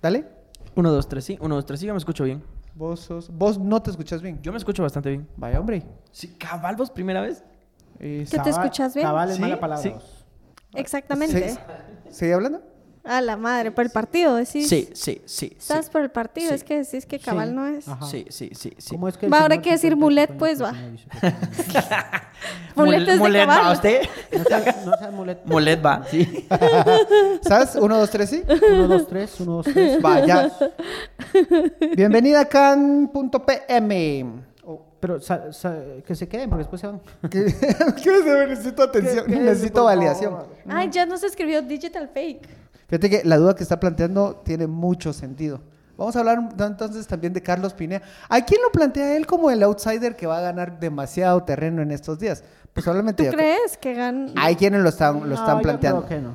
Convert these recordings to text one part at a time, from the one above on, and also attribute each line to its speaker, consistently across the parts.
Speaker 1: Dale.
Speaker 2: Uno, dos, tres, sí. Uno, dos, tres, sí. Yo me escucho bien.
Speaker 1: Vos sos... Vos no te escuchas bien.
Speaker 2: Yo me escucho bastante bien.
Speaker 1: Vaya, hombre.
Speaker 2: Sí, cabal, vos primera vez.
Speaker 1: Eh,
Speaker 3: ¿Que te
Speaker 1: saba-
Speaker 3: escuchas bien?
Speaker 4: Cabal es
Speaker 1: Sí,
Speaker 4: mala palabra.
Speaker 2: sí.
Speaker 3: Exactamente.
Speaker 1: ¿Se- ¿Seguí hablando?
Speaker 3: A la madre, por el partido, decís.
Speaker 2: Sí, sí, sí.
Speaker 3: Estás por el partido,
Speaker 2: Sí.
Speaker 3: es que decís que cabal
Speaker 4: Sí. Ah.
Speaker 3: no es.
Speaker 4: Ajá.
Speaker 2: Sí, sí, sí, sí.
Speaker 4: ¿Cómo es el
Speaker 3: Va, ahora
Speaker 4: señor
Speaker 3: hay que decir
Speaker 4: 50
Speaker 3: mulet,
Speaker 4: años
Speaker 3: pues,
Speaker 4: que
Speaker 3: va.
Speaker 4: tenía 18 años?
Speaker 3: Mulet es de
Speaker 2: Mulet va
Speaker 3: cabal.
Speaker 2: usted.
Speaker 4: No seas, no seas mulet.
Speaker 2: Mulet va, sí.
Speaker 1: ¿Sabes? Uno, dos, tres, sí.
Speaker 4: 1, 2, 3, 1, 2, 3.
Speaker 1: Vaya. Bienvenida a can.pm.
Speaker 4: Pero sa- sa- que se queden, porque después se van.
Speaker 1: ¿Qué? ¿Qué es? A ver, necesito atención,
Speaker 4: ¿Qué- qué es,
Speaker 1: necesito
Speaker 4: por
Speaker 1: validación.
Speaker 4: favor?
Speaker 3: Ay, ya nos escribió Digital Fake.
Speaker 1: Fíjate que la duda que está planteando tiene mucho sentido. Vamos a hablar un- entonces también de Carlos Pineda. ¿A quién lo plantea él como el outsider que va a ganar demasiado terreno en estos días? Pues
Speaker 3: ¿Tú
Speaker 1: probablemente. ya-
Speaker 3: crees que gan
Speaker 1: Hay quienes lo están, lo
Speaker 4: No,
Speaker 1: están
Speaker 4: yo
Speaker 1: planteando.
Speaker 4: creo que no.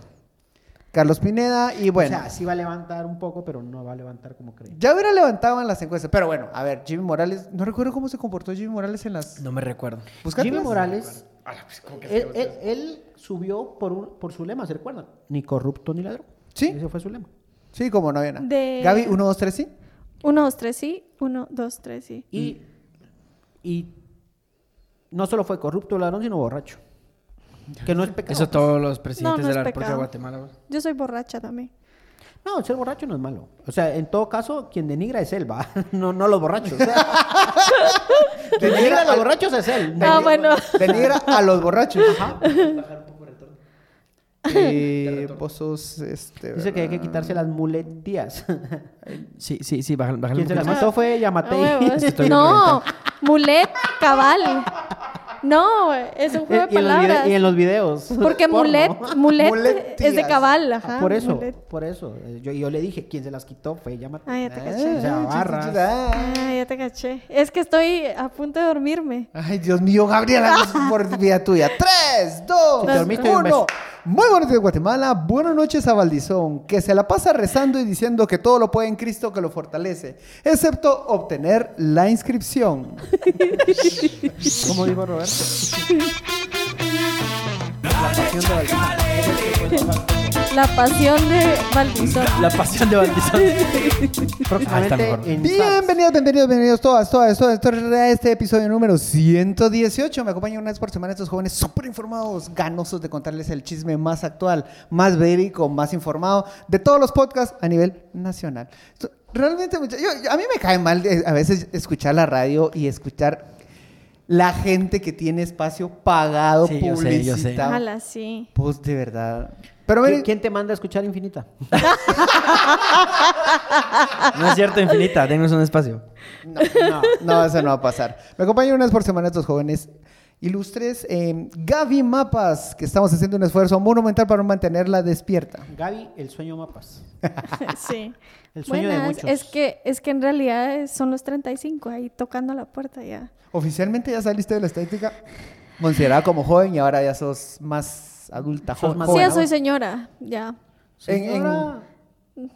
Speaker 1: Carlos Pineda y bueno.
Speaker 4: O sea, sí va a levantar un poco, pero no va a levantar como creen.
Speaker 1: ya hubiera levantado en las encuestas. Pero bueno, a ver, Jimmy Morales. No recuerdo cómo se comportó Jimmy Morales en las.
Speaker 2: No me recuerdo.
Speaker 1: Buscátelas.
Speaker 4: Jimmy Morales, él, él- él subió por, un- por su lema, ¿se recuerdan? Ni corrupto ni ladrón.
Speaker 1: Sí.
Speaker 4: Ese fue su lema.
Speaker 1: Sí, como no había nada.
Speaker 3: De-
Speaker 1: Gaby, 1, 2, 3, sí.
Speaker 3: Uno, dos, tres, sí. Uno, dos, tres, sí.
Speaker 4: Y, y no solo fue corrupto, ladrón, sino borracho. Que no es pecado.
Speaker 2: Eso todos los
Speaker 3: No,
Speaker 2: presidentes
Speaker 3: no
Speaker 2: de
Speaker 3: es
Speaker 2: la República de
Speaker 3: pecado.
Speaker 2: Guatemala. güey.
Speaker 3: Yo soy borracha también.
Speaker 4: No, ser borracho no es malo. O sea, en todo caso, quien denigra es él, va. No, no los borrachos. quien denigra a los borrachos es él.
Speaker 3: Ah, bueno.
Speaker 1: Denigra a los borrachos. Ajá. Eh, vos sos este.
Speaker 4: Dice que hay que
Speaker 1: ¿verdad?
Speaker 4: quitarse las muletías.
Speaker 2: Sí, sí, sí, bájale, bájale
Speaker 4: Quien
Speaker 2: un
Speaker 4: se las
Speaker 2: poquito.
Speaker 4: mató fue
Speaker 3: Ah, huevos.
Speaker 4: Yamatei.
Speaker 2: Estoy
Speaker 3: no, mulet cabal. No, es un
Speaker 4: Eh,
Speaker 3: juego de
Speaker 4: Y, y en los
Speaker 3: palabras.
Speaker 4: vide- y en los videos.
Speaker 3: Porque
Speaker 4: porno.
Speaker 3: mulet, mulet,
Speaker 1: Mulet,
Speaker 3: es de
Speaker 1: tías.
Speaker 3: cabal,
Speaker 4: Ah,
Speaker 3: ajá.
Speaker 4: por eso,
Speaker 3: mulet.
Speaker 4: por eso. Eh, Yo, yo le dije, quien se las quitó fue Yamatei.
Speaker 3: Ah, ya te
Speaker 1: Ay,
Speaker 3: caché.
Speaker 4: O sea,
Speaker 1: chis,
Speaker 4: barras.
Speaker 1: chis, ah.
Speaker 3: Ah, ya te caché. Es que estoy a punto de dormirme.
Speaker 1: Ay, Dios mío, Gabriela, no es por vida tuya. Tres, dos,
Speaker 4: Si te dormiste,
Speaker 1: uno.
Speaker 4: beso.
Speaker 1: Muy buenos días, Guatemala. Buenas noches a Valdizón, que se la pasa rezando y diciendo que todo lo puede en Cristo que lo fortalece, excepto obtener la inscripción. ¿Cómo dijo Roberto?
Speaker 3: Ah, La pasión de Valdizón.
Speaker 2: La pasión de Valdizón. Ah, está mejor.
Speaker 4: Próximamente en Saks.
Speaker 1: Bienvenidos, bienvenidos, bienvenidos todas, todas, todas, todas a este episodio número 118. Me acompañan una vez por semana estos jóvenes súper informados, ganosos de contarles el chisme más actual, más verídico, más informado de todos los podcasts a nivel nacional. So- Realmente, mucha- yo- yo- a mí me cae mal eh, a veces escuchar la radio y escuchar la gente que tiene espacio pagado,
Speaker 2: Sí, yo sé, yo sé.
Speaker 1: publicitado.
Speaker 3: Ojalá sí.
Speaker 1: Pues de verdad. Pero
Speaker 4: ¿Qui-
Speaker 1: miren,
Speaker 4: ¿Quién te manda a escuchar Infinita?
Speaker 2: No es cierto, infinita. Denos un espacio.
Speaker 1: No, no, no, eso no va a pasar. Me acompañan una vez por semana estos jóvenes ilustres. eh, Gaby Mapas, que estamos haciendo un esfuerzo monumental para mantenerla despierta.
Speaker 4: Gaby, el sueño mapas.
Speaker 3: sí.
Speaker 4: El sueño de muchos.
Speaker 3: Es que, es que en realidad son los 35 ahí tocando la puerta ya.
Speaker 1: Oficialmente ya saliste de la estética, considerada como joven y ahora ya sos más adulta,
Speaker 4: Sos
Speaker 1: joven.
Speaker 4: más
Speaker 3: Sí,
Speaker 1: joven.
Speaker 3: ya soy señora, ya.
Speaker 1: En- en-
Speaker 4: Señora.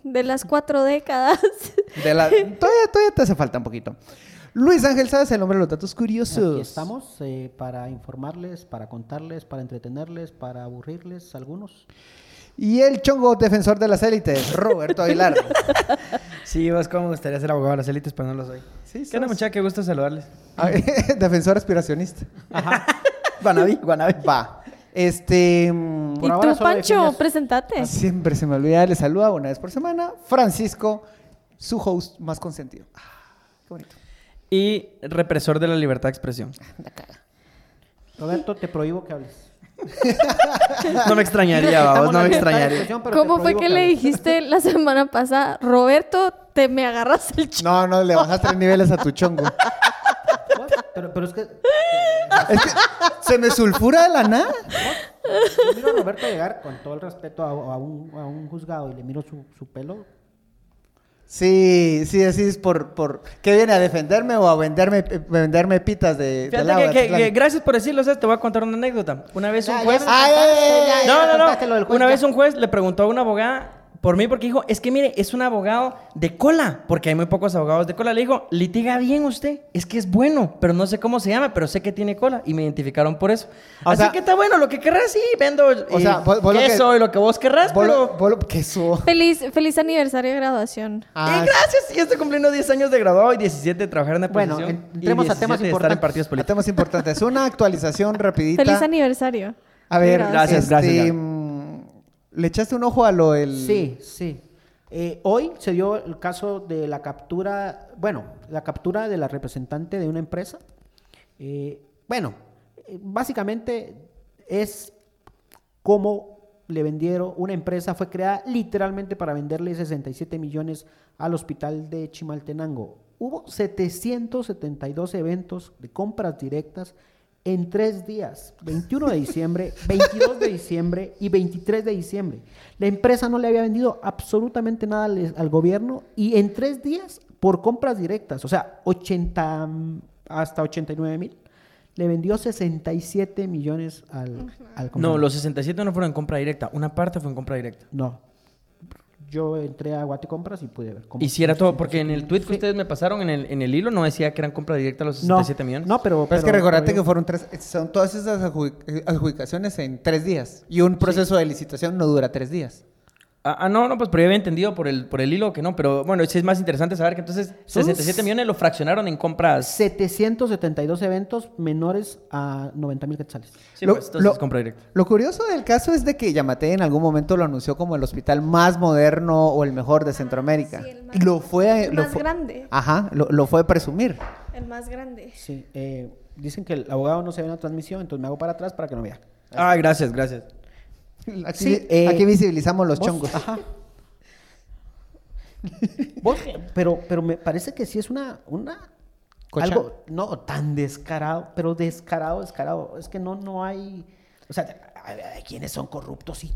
Speaker 3: De las cuatro décadas.
Speaker 1: de la- todavía, todavía te hace falta un poquito. Luis Ángel, ¿sabes el hombre de los datos curiosos?
Speaker 4: Aquí estamos eh, para informarles, para contarles, para entretenerles, para aburrirles algunos.
Speaker 1: Y el chongo defensor de las élites, Roberto Aguilar.
Speaker 2: Sí, vos cómo me gustaría ser abogado de las élites, pero no lo soy.
Speaker 1: Sí,
Speaker 2: ¿Qué onda,
Speaker 1: sos-
Speaker 2: muchacha? Qué gusto saludarles.
Speaker 1: A ver, defensor aspiracionista. Ajá. Guanabí, Guanabí. Va. Este. mm,
Speaker 3: y
Speaker 4: Por ahora
Speaker 3: tú,
Speaker 4: solo
Speaker 3: Pancho,
Speaker 4: defines-
Speaker 3: presentate.
Speaker 1: Ah, Siempre se me olvida, le saluda una vez por semana. Francisco, su host más consentido. Ah, qué bonito.
Speaker 2: Y represor de la libertad de expresión.
Speaker 4: Roberto, te prohíbo que hables.
Speaker 2: No me extrañaría, babos,
Speaker 4: Estamos
Speaker 2: no
Speaker 4: en
Speaker 2: me
Speaker 4: libertad de
Speaker 2: extrañaría.
Speaker 4: expresión, pero te
Speaker 3: ¿Cómo fue
Speaker 4: prohíbo
Speaker 3: que le
Speaker 4: hables.
Speaker 3: dijiste la semana pasada, Roberto, te me agarras el ch...
Speaker 1: No, no, le bajas tres niveles a tu chongo.
Speaker 4: What? Pero, pero es que
Speaker 1: Es que se me sulfura de la nada.
Speaker 4: yo miro a Roberto llegar con todo el respeto a, a un, a un juzgado y le miro su, su pelo.
Speaker 1: Sí, sí, así es por, por. ¿Qué viene a defenderme o a venderme, venderme pitas de, de
Speaker 2: Fíjate
Speaker 1: Laura
Speaker 2: que- que,
Speaker 1: Atlán?
Speaker 2: que gracias por decirlo, o sea, te voy a contar una anécdota. Una vez un
Speaker 4: Ah, Ya, ya
Speaker 2: juez...
Speaker 4: me lo
Speaker 1: Ay, ay, ay, ay,
Speaker 4: contaste, ya, ya
Speaker 2: No, no,
Speaker 4: me contaste lo del
Speaker 2: no.
Speaker 4: juez,
Speaker 2: Una
Speaker 4: ya.
Speaker 2: vez un juez le preguntó a una abogada Por mí, porque dijo, es que mire, es un abogado de cola, porque hay muy pocos abogados de cola. Le dijo, litiga bien usted, es que es bueno, pero no sé cómo se llama, pero sé que tiene cola. Y me identificaron por eso.
Speaker 1: O
Speaker 2: Así
Speaker 1: sea-
Speaker 2: que está bueno, lo que querrás, sí, vendo
Speaker 1: O
Speaker 2: eh,
Speaker 1: sea, vos- vos lo que-
Speaker 2: queso y lo que vos querrás,
Speaker 1: Vos
Speaker 2: pero...
Speaker 1: lo- vos lo- queso.
Speaker 3: Feliz, feliz aniversario de graduación.
Speaker 1: Ah,
Speaker 2: Eh, gracias, y estoy cumpliendo 10 años de graduado y 17 de trabajar en la
Speaker 4: Bueno,
Speaker 2: posición.
Speaker 4: en- entremos a temas
Speaker 2: de estar en
Speaker 4: importantes.
Speaker 2: partidos políticos.
Speaker 1: temas importantes. Una actualización rapidita.
Speaker 3: Feliz aniversario.
Speaker 1: A ver,
Speaker 2: Gracias,
Speaker 1: este,
Speaker 2: gracias, Gaby.
Speaker 1: mm, ¿Le echaste un ojo a lo del...?
Speaker 4: Sí, sí. Eh, hoy se dio el caso de la captura, bueno, la captura de la representante de una empresa. Eh, bueno, eh, básicamente es como le vendieron una empresa, fue creada literalmente para venderle 67 millones al hospital de Chimaltenango. Hubo 772 eventos de compras directas en tres días, 21 de diciembre, 22 de diciembre y 23 de diciembre. La empresa no le había vendido absolutamente nada al, al gobierno y en tres días por compras directas, o sea, 80 mm, hasta 89 mil, le vendió 67 millones al, al
Speaker 2: No,
Speaker 4: comprador.
Speaker 2: los 67 no fueron en compra directa, una parte fue en compra directa.
Speaker 4: No. Yo entré a Guatecompras y pude ver. cómo-
Speaker 2: Y si era todo, porque en el tweet que ustedes me pasaron, en el, en el hilo, no decía que eran compra directa los
Speaker 4: no,
Speaker 2: 67 millones.
Speaker 4: No, pero...
Speaker 1: Pero Pues es que
Speaker 4: pero-
Speaker 1: recordate
Speaker 4: pero
Speaker 1: que fueron tres, son todas esas adju- eh, adjudicaciones en tres días y un proceso de licitación no dura tres días.
Speaker 2: Ah, ah, no, no, pues pero yo había entendido por el, por el hilo que no, pero bueno, sí es más interesante saber que entonces 67 millones lo fraccionaron en compras.
Speaker 4: 772 eventos menores a 90 mil quetzales.
Speaker 2: Sí,
Speaker 1: Lo-
Speaker 2: pues, entonces
Speaker 1: lo-
Speaker 2: es compra directa.
Speaker 1: Lo curioso del caso es de que Yamate en algún momento lo anunció como el hospital más moderno o el mejor de Centroamérica.
Speaker 3: Ah, sí, el más-
Speaker 1: Y lo fue...
Speaker 3: el
Speaker 1: lo
Speaker 3: más
Speaker 1: fue-
Speaker 3: grande.
Speaker 1: Ajá, lo, lo fue a presumir.
Speaker 3: El más grande.
Speaker 4: Sí. eh, dicen que el abogado no se ve en la transmisión, entonces me hago para atrás para que no vea.
Speaker 2: Ah, gracias, gracias.
Speaker 1: Aquí,
Speaker 4: Sí, eh,
Speaker 1: aquí visibilizamos los
Speaker 4: ¿Vos?
Speaker 1: chongos.
Speaker 4: Ajá. Vos, pero, pero me parece que sí es una... una
Speaker 1: Cocha.
Speaker 4: algo, no, tan descarado, pero descarado, descarado. Es que no, no hay... O sea, hay, hay quienes son corruptos y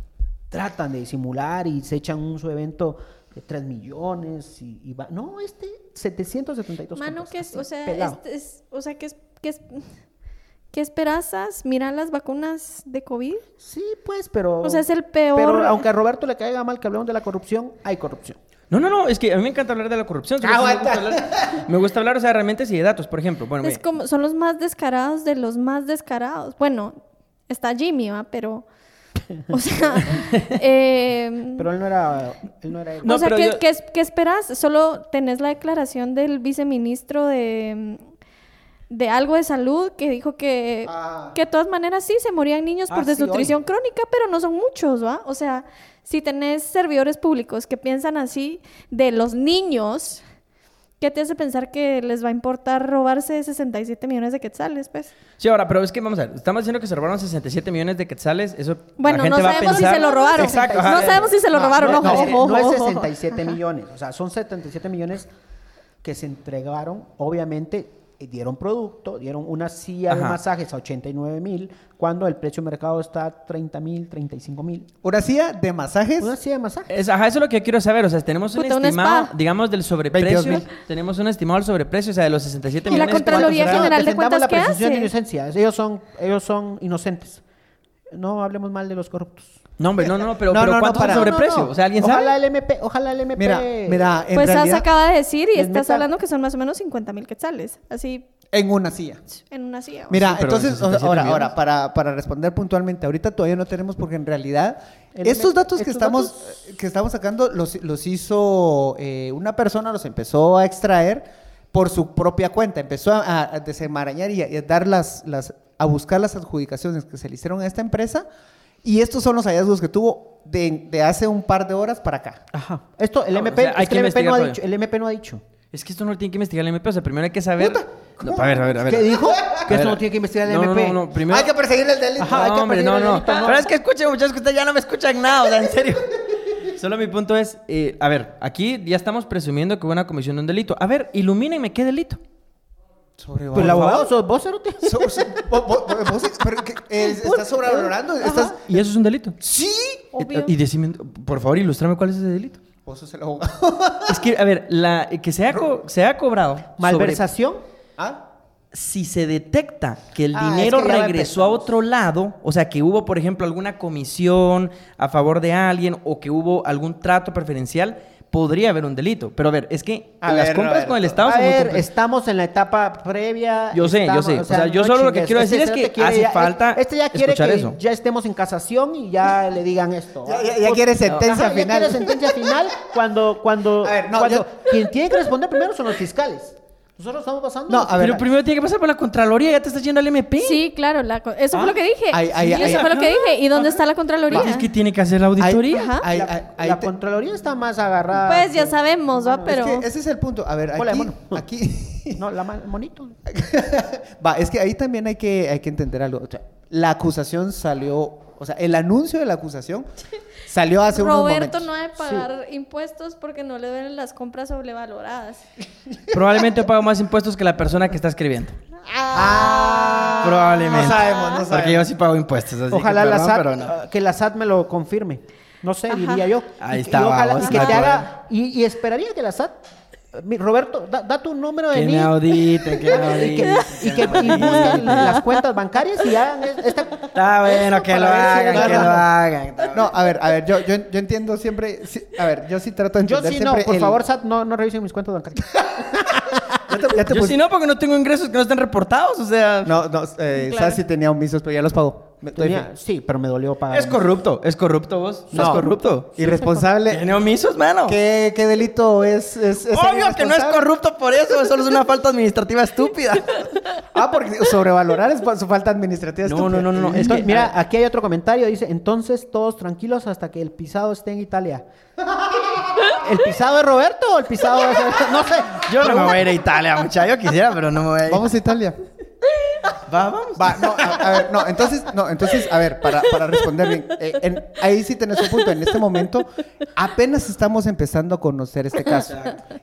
Speaker 4: tratan de disimular y se echan un su evento de 3 millones y, y va... No, este 772
Speaker 3: Mano,
Speaker 4: compras,
Speaker 3: que es,
Speaker 4: así,
Speaker 3: o sea,
Speaker 4: pelado.
Speaker 3: este es- o sea, que es, que es, que esperanzas, mira las vacunas de COVID.
Speaker 4: Sí, pues, pero...
Speaker 3: O sea, es el peor.
Speaker 4: Pero aunque a Roberto le caiga mal que hablemos de la corrupción, hay corrupción.
Speaker 2: No, no, no, es que a mí me encanta hablar de la corrupción. solo que me, gusta hablar, me gusta hablar, o sea, realmente sí de datos, por ejemplo. Bueno,
Speaker 3: es
Speaker 2: mire,
Speaker 3: como, son los más descarados de los más descarados. Bueno, está Jimmy, ¿va? Pero, o sea, eh,
Speaker 4: Pero él no era... Él no era...
Speaker 2: No,
Speaker 3: o sea,
Speaker 2: pero
Speaker 3: ¿qué,
Speaker 2: yo-
Speaker 3: qué es- qué esperas? Solo tenés la declaración del viceministro de, de algo de salud que dijo que,
Speaker 1: Ah.
Speaker 3: que de todas maneras sí se morían niños
Speaker 4: Ah,
Speaker 3: por
Speaker 4: sí,
Speaker 3: desnutrición crónica, pero no son muchos, ¿va? O sea, si tenés servidores públicos que piensan así de los niños, ¿qué te hace pensar que les va a importar robarse 67 millones de quetzales, pues?
Speaker 2: sí, ahora, pero es que vamos a ver, estamos diciendo que se robaron 67 millones de quetzales, eso.
Speaker 3: Bueno,
Speaker 2: la gente
Speaker 3: no
Speaker 2: va a
Speaker 3: sabemos si
Speaker 2: pensar-
Speaker 3: se lo robaron.
Speaker 2: Exacto,
Speaker 3: No
Speaker 2: ajá.
Speaker 3: sabemos si se lo robaron,
Speaker 4: no,
Speaker 3: ojo,
Speaker 4: es-
Speaker 3: ojo,
Speaker 4: no es
Speaker 3: ojo.
Speaker 4: 67 millones, o sea, son 77 millones que se entregaron, obviamente, y dieron producto, dieron una silla de
Speaker 2: Ajá.
Speaker 4: masajes a 89 mil, cuando el precio de mercado está a 30 mil, 35 mil.
Speaker 1: Ahora sí, de masajes.
Speaker 4: Una silla de masajes.
Speaker 2: Es- ajá, eso es lo que yo quiero saber. O sea, tenemos un
Speaker 3: Puta, un
Speaker 2: estimado,
Speaker 3: spa.
Speaker 2: digamos, del sobreprecio.
Speaker 1: 22.000.
Speaker 2: Tenemos un estimado del sobreprecio, o sea, de los 67
Speaker 3: Y la
Speaker 2: millones. ¿cuánto
Speaker 3: Contraloría
Speaker 2: será?
Speaker 3: General de
Speaker 4: defendamos
Speaker 3: Cuentas,
Speaker 4: la
Speaker 3: ¿qué
Speaker 4: presunción de
Speaker 3: hace?
Speaker 4: inocencia. Ellos son, ellos son inocentes. No hablemos mal de los corruptos.
Speaker 2: No, hombre, no, no, no, pero,
Speaker 1: No,
Speaker 2: pero
Speaker 1: no, no,
Speaker 2: ¿cuánto es
Speaker 1: para.
Speaker 2: el sobreprecio?
Speaker 4: No, no, no.
Speaker 2: O sea, ¿alguien
Speaker 4: ojalá
Speaker 2: sabe?
Speaker 4: el MP, ojalá el MP.
Speaker 1: Mira, mira, en
Speaker 3: Pues Sas
Speaker 1: realidad,
Speaker 3: acaba de decir y
Speaker 4: les
Speaker 3: estás
Speaker 4: meta-
Speaker 3: hablando que son más o menos 50 mil quetzales, así
Speaker 1: en una silla.
Speaker 3: en una silla. o
Speaker 1: Mira,
Speaker 2: Sí, pero
Speaker 1: entonces,
Speaker 2: 67
Speaker 1: ahora,
Speaker 2: millones.
Speaker 1: ahora para, para responder puntualmente, ahorita todavía no tenemos porque en realidad
Speaker 4: El-
Speaker 1: estos datos que
Speaker 4: estos
Speaker 1: estamos eh,
Speaker 4: datos-
Speaker 1: que estamos sacando los, los hizo eh, una persona, los empezó a extraer por su propia cuenta, empezó a, a desenmarañar y a, y a dar las, las a buscar las adjudicaciones que se le hicieron a esta empresa y estos son los hallazgos que tuvo de, de hace un par de horas para acá.
Speaker 2: Ajá.
Speaker 4: Esto, el
Speaker 2: No,
Speaker 4: MP,
Speaker 2: o sea, hay
Speaker 4: es que
Speaker 2: que
Speaker 4: el MP no ha
Speaker 2: investigar
Speaker 4: dicho.
Speaker 2: todavía.
Speaker 4: El MP no ha dicho.
Speaker 2: Es que esto no lo tiene que investigar el MP. O sea, primero hay que saber. No, a ver, a ver, a ver.
Speaker 4: ¿Qué dijo?
Speaker 2: A
Speaker 4: Que
Speaker 2: ver.
Speaker 4: esto no tiene que investigar el
Speaker 2: No, no,
Speaker 4: MP.
Speaker 2: No, no, primero.
Speaker 1: Hay que perseguir el delito.
Speaker 4: Ajá, hay
Speaker 2: no,
Speaker 4: que
Speaker 2: hombre,
Speaker 4: perseguir
Speaker 2: no,
Speaker 4: el
Speaker 2: no.
Speaker 4: delito, no.
Speaker 2: Pero es que escuchen, muchachos, que ustedes ya no me escuchan nada, o sea, en serio. Solo mi punto es, eh, a ver, aquí ya estamos presumiendo que hubo una comisión de un delito. A ver, ilumínenme qué delito.
Speaker 4: Pues el abogado sos vos, Cerote.
Speaker 1: So- so- vo- vo- vo- vos pero que- eh, estás sobrevalorando, estás
Speaker 2: Y eso es un delito.
Speaker 1: sí,
Speaker 3: Obvio.
Speaker 2: Y decime, por favor, ilustrame cuál es ese delito.
Speaker 1: vos sos Pues el abogado.
Speaker 2: Es que, a ver, la, que se ha, co- se ha cobrado. sobre-
Speaker 4: Malversación.
Speaker 1: ¿Ah?
Speaker 2: si se detecta que el
Speaker 1: Ah, es
Speaker 2: dinero
Speaker 1: que ya
Speaker 2: regresó a
Speaker 1: empezamos.
Speaker 2: otro lado, o sea, que hubo, por ejemplo, alguna comisión a favor de alguien o que hubo algún trato preferencial, podría haber un delito. Pero a ver, es que
Speaker 1: A
Speaker 2: las
Speaker 1: ver,
Speaker 2: compras
Speaker 1: Roberto,
Speaker 2: con el Estado
Speaker 4: a
Speaker 2: son muy
Speaker 4: ver,
Speaker 2: complicadas.
Speaker 4: estamos en la etapa previa.
Speaker 2: Yo sé, yo
Speaker 4: estamos-
Speaker 2: sé. O sea, yo solo lo que quiero decir es
Speaker 4: no
Speaker 2: que
Speaker 4: te quiere
Speaker 2: hace
Speaker 4: ya-
Speaker 2: falta
Speaker 4: Este ya quiere
Speaker 2: escuchar
Speaker 4: que
Speaker 2: eso.
Speaker 4: ya estemos en casación y ya le digan esto.
Speaker 1: Ya, ya- ya quiere sentencia
Speaker 4: Ajá, ya
Speaker 1: final.
Speaker 4: quiere sentencia final cuando, cuando,
Speaker 1: A ver, no,
Speaker 4: cuando-
Speaker 1: yo-
Speaker 4: quien tiene que responder primero son los fiscales. Nosotros estamos pasando.
Speaker 1: No, a ver,
Speaker 2: Pero primero tiene que pasar por la Contraloría, ya te estás yendo al MP.
Speaker 3: Sí, claro, la co- eso
Speaker 2: Ah,
Speaker 3: fue lo que dije.
Speaker 1: ahí- ahí-
Speaker 3: Sí, eso
Speaker 1: ahí-
Speaker 3: fue lo que dije. ¿Y dónde está la Contraloría?
Speaker 2: Pues Es que tiene que hacer la auditoría.
Speaker 3: Ajá.
Speaker 1: Ahí-
Speaker 4: la,
Speaker 1: ahí- ahí
Speaker 4: la
Speaker 1: te-
Speaker 4: Contraloría está más agarrada.
Speaker 3: Pues ya sabemos, ¿va?
Speaker 1: Es
Speaker 3: Pero...
Speaker 1: que ese es el punto. A ver,
Speaker 4: Hola,
Speaker 1: aquí,
Speaker 4: mono.
Speaker 1: aquí-
Speaker 4: No, la mal- monito.
Speaker 1: Va, es que ahí también hay que, hay que entender algo. O sea, la acusación salió, o sea, el anuncio de la acusación salió hace unos
Speaker 3: Roberto
Speaker 1: momentos.
Speaker 3: no ha de pagar impuestos porque no le duelen las compras sobrevaloradas.
Speaker 2: Probablemente pago más impuestos que la persona que está escribiendo.
Speaker 1: Ah,
Speaker 2: Probablemente.
Speaker 1: No sabemos, no sabemos.
Speaker 2: Porque yo sí pago impuestos. así
Speaker 4: Ojalá
Speaker 2: que
Speaker 4: la
Speaker 2: perdón,
Speaker 4: SAT,
Speaker 2: pero no.
Speaker 4: eh, que la SAT me lo confirme. No sé,
Speaker 3: Ajá.
Speaker 4: diría yo.
Speaker 2: Ahí
Speaker 4: Y-
Speaker 2: está,
Speaker 4: y ojalá-
Speaker 2: vamos,
Speaker 4: y que
Speaker 2: no
Speaker 4: te
Speaker 2: puede.
Speaker 4: haga- y, y esperaría que la SAT, eh, mi- Roberto, da, da tu número de
Speaker 2: Que
Speaker 4: NIE
Speaker 2: me auditen, que me
Speaker 4: y que,
Speaker 2: auditen.
Speaker 4: y que- y
Speaker 2: me
Speaker 4: busquen
Speaker 2: auditen.
Speaker 4: las cuentas bancarias y hagan es- esta.
Speaker 2: Está bueno, que lo
Speaker 4: para ver
Speaker 2: hagan,
Speaker 4: si
Speaker 2: que lo
Speaker 4: agarran.
Speaker 2: hagan. está bueno.
Speaker 1: No, a ver, a ver, yo, yo, yo entiendo siempre, sí, a ver, yo sí trato de
Speaker 4: Yo
Speaker 1: entender
Speaker 4: sí no,
Speaker 1: siempre
Speaker 4: por
Speaker 1: el-
Speaker 4: favor, SAT, no, no revisen mis cuentas bancarias.
Speaker 1: Ya te- ya te
Speaker 2: Yo
Speaker 1: pus-
Speaker 2: sí no, porque no tengo ingresos que no estén reportados, o sea...
Speaker 1: No, no, eh,
Speaker 3: Claro.
Speaker 1: Sassi tenía omisos, pero ya los pagó. Me- doy
Speaker 4: Tenía-
Speaker 1: fe.
Speaker 4: sí, pero me dolió pagar.
Speaker 2: Es corrupto, es corrupto vos, no. es corrupto.
Speaker 1: Irresponsable.
Speaker 2: ¿Tiene omisos, mano?
Speaker 1: ¿Qué, qué delito es? es, es ser
Speaker 2: Obvio que no es
Speaker 1: irresponsable?
Speaker 2: corrupto por eso, solo es una falta administrativa estúpida.
Speaker 1: Ah, porque sobrevalorar es por su falta administrativa.
Speaker 2: No,
Speaker 1: estúpida.
Speaker 2: no, no, no, no, es
Speaker 4: Entonces,
Speaker 2: que-
Speaker 4: mira, aquí hay otro comentario. Dice, entonces todos tranquilos hasta que el pisado esté en Italia. ¿El pisado es Roberto o el pisado es... No sé.
Speaker 2: Yo no me voy a ir a Italia, muchacho, yo quisiera, pero no me voy a ir.
Speaker 1: Vamos a Italia.
Speaker 2: Va, vamos.
Speaker 1: Va, no, a, a ver, no, entonces, no, entonces, a ver, para, para responder bien, eh, en- ahí sí tenés un punto. En este momento, apenas estamos empezando a conocer este caso.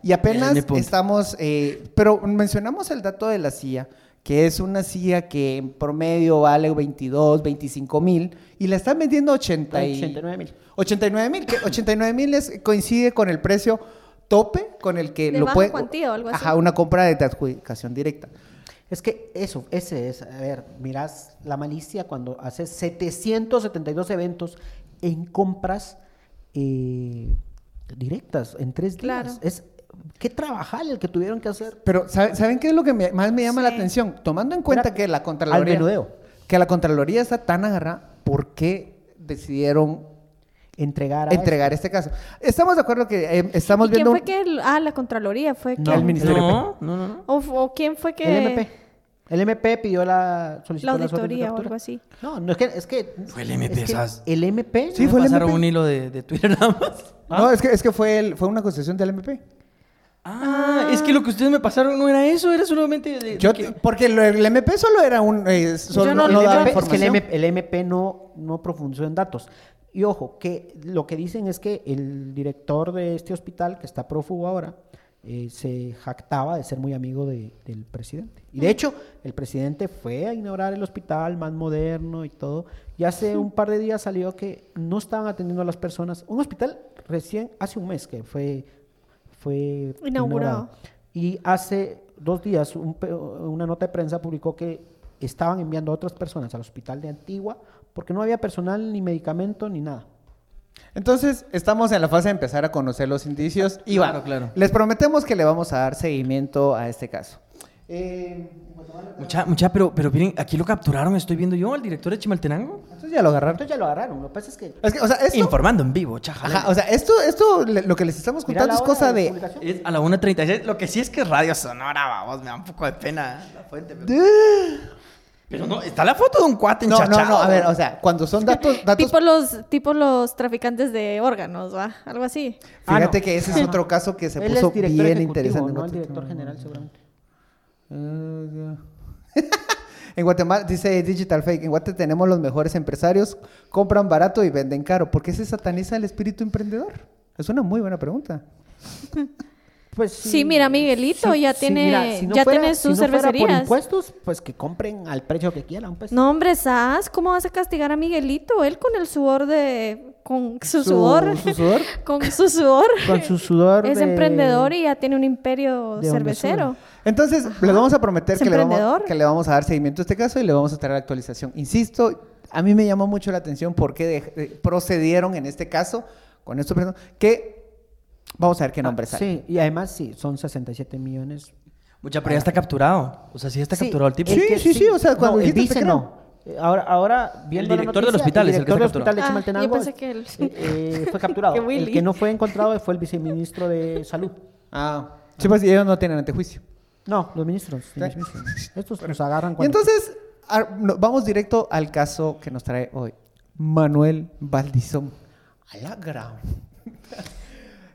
Speaker 1: Y
Speaker 2: Ese es
Speaker 1: apenas
Speaker 2: mi punto.
Speaker 1: estamos, eh, pero mencionamos el dato de la CIA, que es una CIA que en promedio vale 22, 25 mil, y la están vendiendo 80 y...
Speaker 4: 89 mil.
Speaker 1: 89 mil, que 89 mil es- coincide con el precio tope con el que
Speaker 3: De
Speaker 1: lo
Speaker 3: baja
Speaker 1: puede...
Speaker 3: cuantía o algo así.
Speaker 1: Ajá, una compra de adjudicación directa.
Speaker 4: Es que eso, ese es, a ver, mirás la malicia cuando haces 772 eventos en compras eh, directas en tres días.
Speaker 3: Claro.
Speaker 4: Es qué trabajar el que tuvieron que hacer.
Speaker 1: Pero ¿sabe- ¿saben qué es lo que me- más me llama
Speaker 3: Sí.
Speaker 1: la atención? Tomando en cuenta
Speaker 4: Era
Speaker 1: que la Contraloría...
Speaker 4: al menudeo.
Speaker 1: Que la Contraloría está tan agarrada, ¿por qué decidieron
Speaker 4: Entregar a
Speaker 1: entregar este caso? Estamos de acuerdo que eh, estamos
Speaker 3: ¿Y quién
Speaker 1: viendo...
Speaker 3: fue que...? el- Ah, la Contraloría fue
Speaker 4: No,
Speaker 3: quien...
Speaker 1: el Ministerio
Speaker 2: No, no, no. no.
Speaker 3: O, o quién fue que...
Speaker 4: el MP. El MP pidió la solicitó
Speaker 3: La
Speaker 4: la orden de
Speaker 3: auditoría o
Speaker 4: captura.
Speaker 3: algo así.
Speaker 4: No, no es que es que
Speaker 2: Fue el MP,
Speaker 4: es que
Speaker 2: ¿sabes?
Speaker 4: el MP
Speaker 1: Sí,
Speaker 4: no
Speaker 1: fue el
Speaker 2: Pasaron
Speaker 1: MP.
Speaker 2: un hilo de, de Twitter nada más.
Speaker 1: No, es que, es que fue, el- fue una concesión del MP.
Speaker 2: Ah, es que lo que ustedes me pasaron no era eso, era solamente de... de
Speaker 1: Yo,
Speaker 2: que-
Speaker 1: porque lo- el MP solo era un... eh, solo
Speaker 3: no-
Speaker 1: no
Speaker 4: el
Speaker 1: daba
Speaker 4: MP, es que el
Speaker 1: información.
Speaker 4: MP, el MP no, no profundizó en datos. Y ojo, que lo que dicen es que el director de este hospital, que está prófugo ahora, eh, se jactaba de ser muy amigo de- del presidente. Y de hecho, el presidente fue a inaugurar el hospital más moderno y todo. Y hace un par de días salió que no estaban atendiendo a las personas. Un hospital recién, hace un mes que fue, fue
Speaker 3: Inaugurado.
Speaker 4: y hace dos días un pe- una nota de prensa publicó que estaban enviando a otras personas al hospital de Antigua porque no había personal, ni medicamento, ni nada.
Speaker 1: Entonces, estamos en la fase de empezar a conocer los indicios y
Speaker 2: Claro,
Speaker 1: bueno,
Speaker 2: claro.
Speaker 1: les prometemos que le vamos a dar seguimiento a este caso. Eh,
Speaker 2: Mucha, mucha, pero, pero miren, aquí lo capturaron, estoy viendo yo, al director de Chimaltenango.
Speaker 1: Entonces ya lo agarraron.
Speaker 4: Entonces ya lo agarraron. Lo que pasa es que...
Speaker 1: Es que, o sea, esto,
Speaker 2: Informando en vivo, chaja.
Speaker 1: ajá, o sea, esto, esto le- lo que les estamos
Speaker 4: mira
Speaker 1: contando
Speaker 4: la
Speaker 1: es
Speaker 4: hora
Speaker 1: cosa de...
Speaker 4: publicación.
Speaker 2: Es a la 1.36. Lo que sí es que es Radio Sonora, vamos, me da un poco de pena la fuente. Pero, pero no, está la foto de un cuate
Speaker 1: ¡Ah! No,
Speaker 2: enchachado.
Speaker 1: no, no, a ver, o sea, cuando son datos... datos
Speaker 3: Tipo los, tipo los traficantes de órganos, ¿va? Algo así.
Speaker 4: Ah,
Speaker 1: Fíjate
Speaker 4: no.
Speaker 1: que ese es otro caso que se
Speaker 4: Él
Speaker 1: puso
Speaker 4: es director
Speaker 1: bien
Speaker 4: ejecutivo,
Speaker 1: interesante.
Speaker 4: ¿no? El
Speaker 1: en
Speaker 4: director
Speaker 1: Guatemala.
Speaker 4: general, seguramente.
Speaker 1: En Guatemala, dice Digital Fake, en Guatemala tenemos los mejores empresarios, compran barato y venden caro. ¿Por qué se sataniza el espíritu emprendedor? Es una muy buena pregunta.
Speaker 4: Pues
Speaker 3: Sí, mira, Miguelito ya tiene- ya tiene sus
Speaker 4: si no fuera por
Speaker 3: cervecerías.
Speaker 4: impuestos, pues que compren al precio que quieran, pues.
Speaker 3: No, hombre, Sas, ¿cómo vas a castigar a Miguelito? Él con el sudor de. con su,
Speaker 4: Su-
Speaker 3: sudor.
Speaker 4: su sudor.
Speaker 3: con su sudor.
Speaker 4: Con su sudor
Speaker 3: Es
Speaker 4: de-
Speaker 3: emprendedor y ya tiene un imperio
Speaker 4: de donde
Speaker 3: cervecero.
Speaker 4: sube.
Speaker 1: Entonces, les vamos a prometer
Speaker 3: Es
Speaker 1: que le, vamos,
Speaker 3: emprendedor.
Speaker 1: que le vamos a dar seguimiento a este caso y le vamos a traer actualización. Insisto, a mí me llamó mucho la atención por qué de- de- procedieron en este caso con estos personas que vamos a ver qué nombre
Speaker 4: Ah,
Speaker 1: sale.
Speaker 4: Sí, y además sí, son 67 millones.
Speaker 2: Mucha, pero ya está capturado. O sea, sí está capturado el tipo.
Speaker 1: Sí,
Speaker 4: es
Speaker 1: sí,
Speaker 4: que
Speaker 1: sí, o sea, cuando
Speaker 4: no, el
Speaker 1: dijiste, te
Speaker 4: vice
Speaker 1: creo.
Speaker 4: no. Eh, Ahora, ahora viendo la
Speaker 2: director del
Speaker 4: noticia,
Speaker 2: hospital es el que se capturó.
Speaker 4: director del hospital de
Speaker 3: Ah,
Speaker 4: Chimaltenango,
Speaker 3: yo pensé que él-
Speaker 4: eh, eh, fue capturado.
Speaker 3: Que
Speaker 4: el
Speaker 3: Willy.
Speaker 4: que no fue encontrado fue el viceministro de Salud.
Speaker 1: Ah, sí, pues y ellos no tienen antejuicio.
Speaker 4: No, los ministros. sí, los ministros. Estos los agarran
Speaker 1: Y
Speaker 4: cuando...
Speaker 1: entonces, ar- no, vamos directo al caso que nos trae hoy. Manuel Valdizón. A la gran.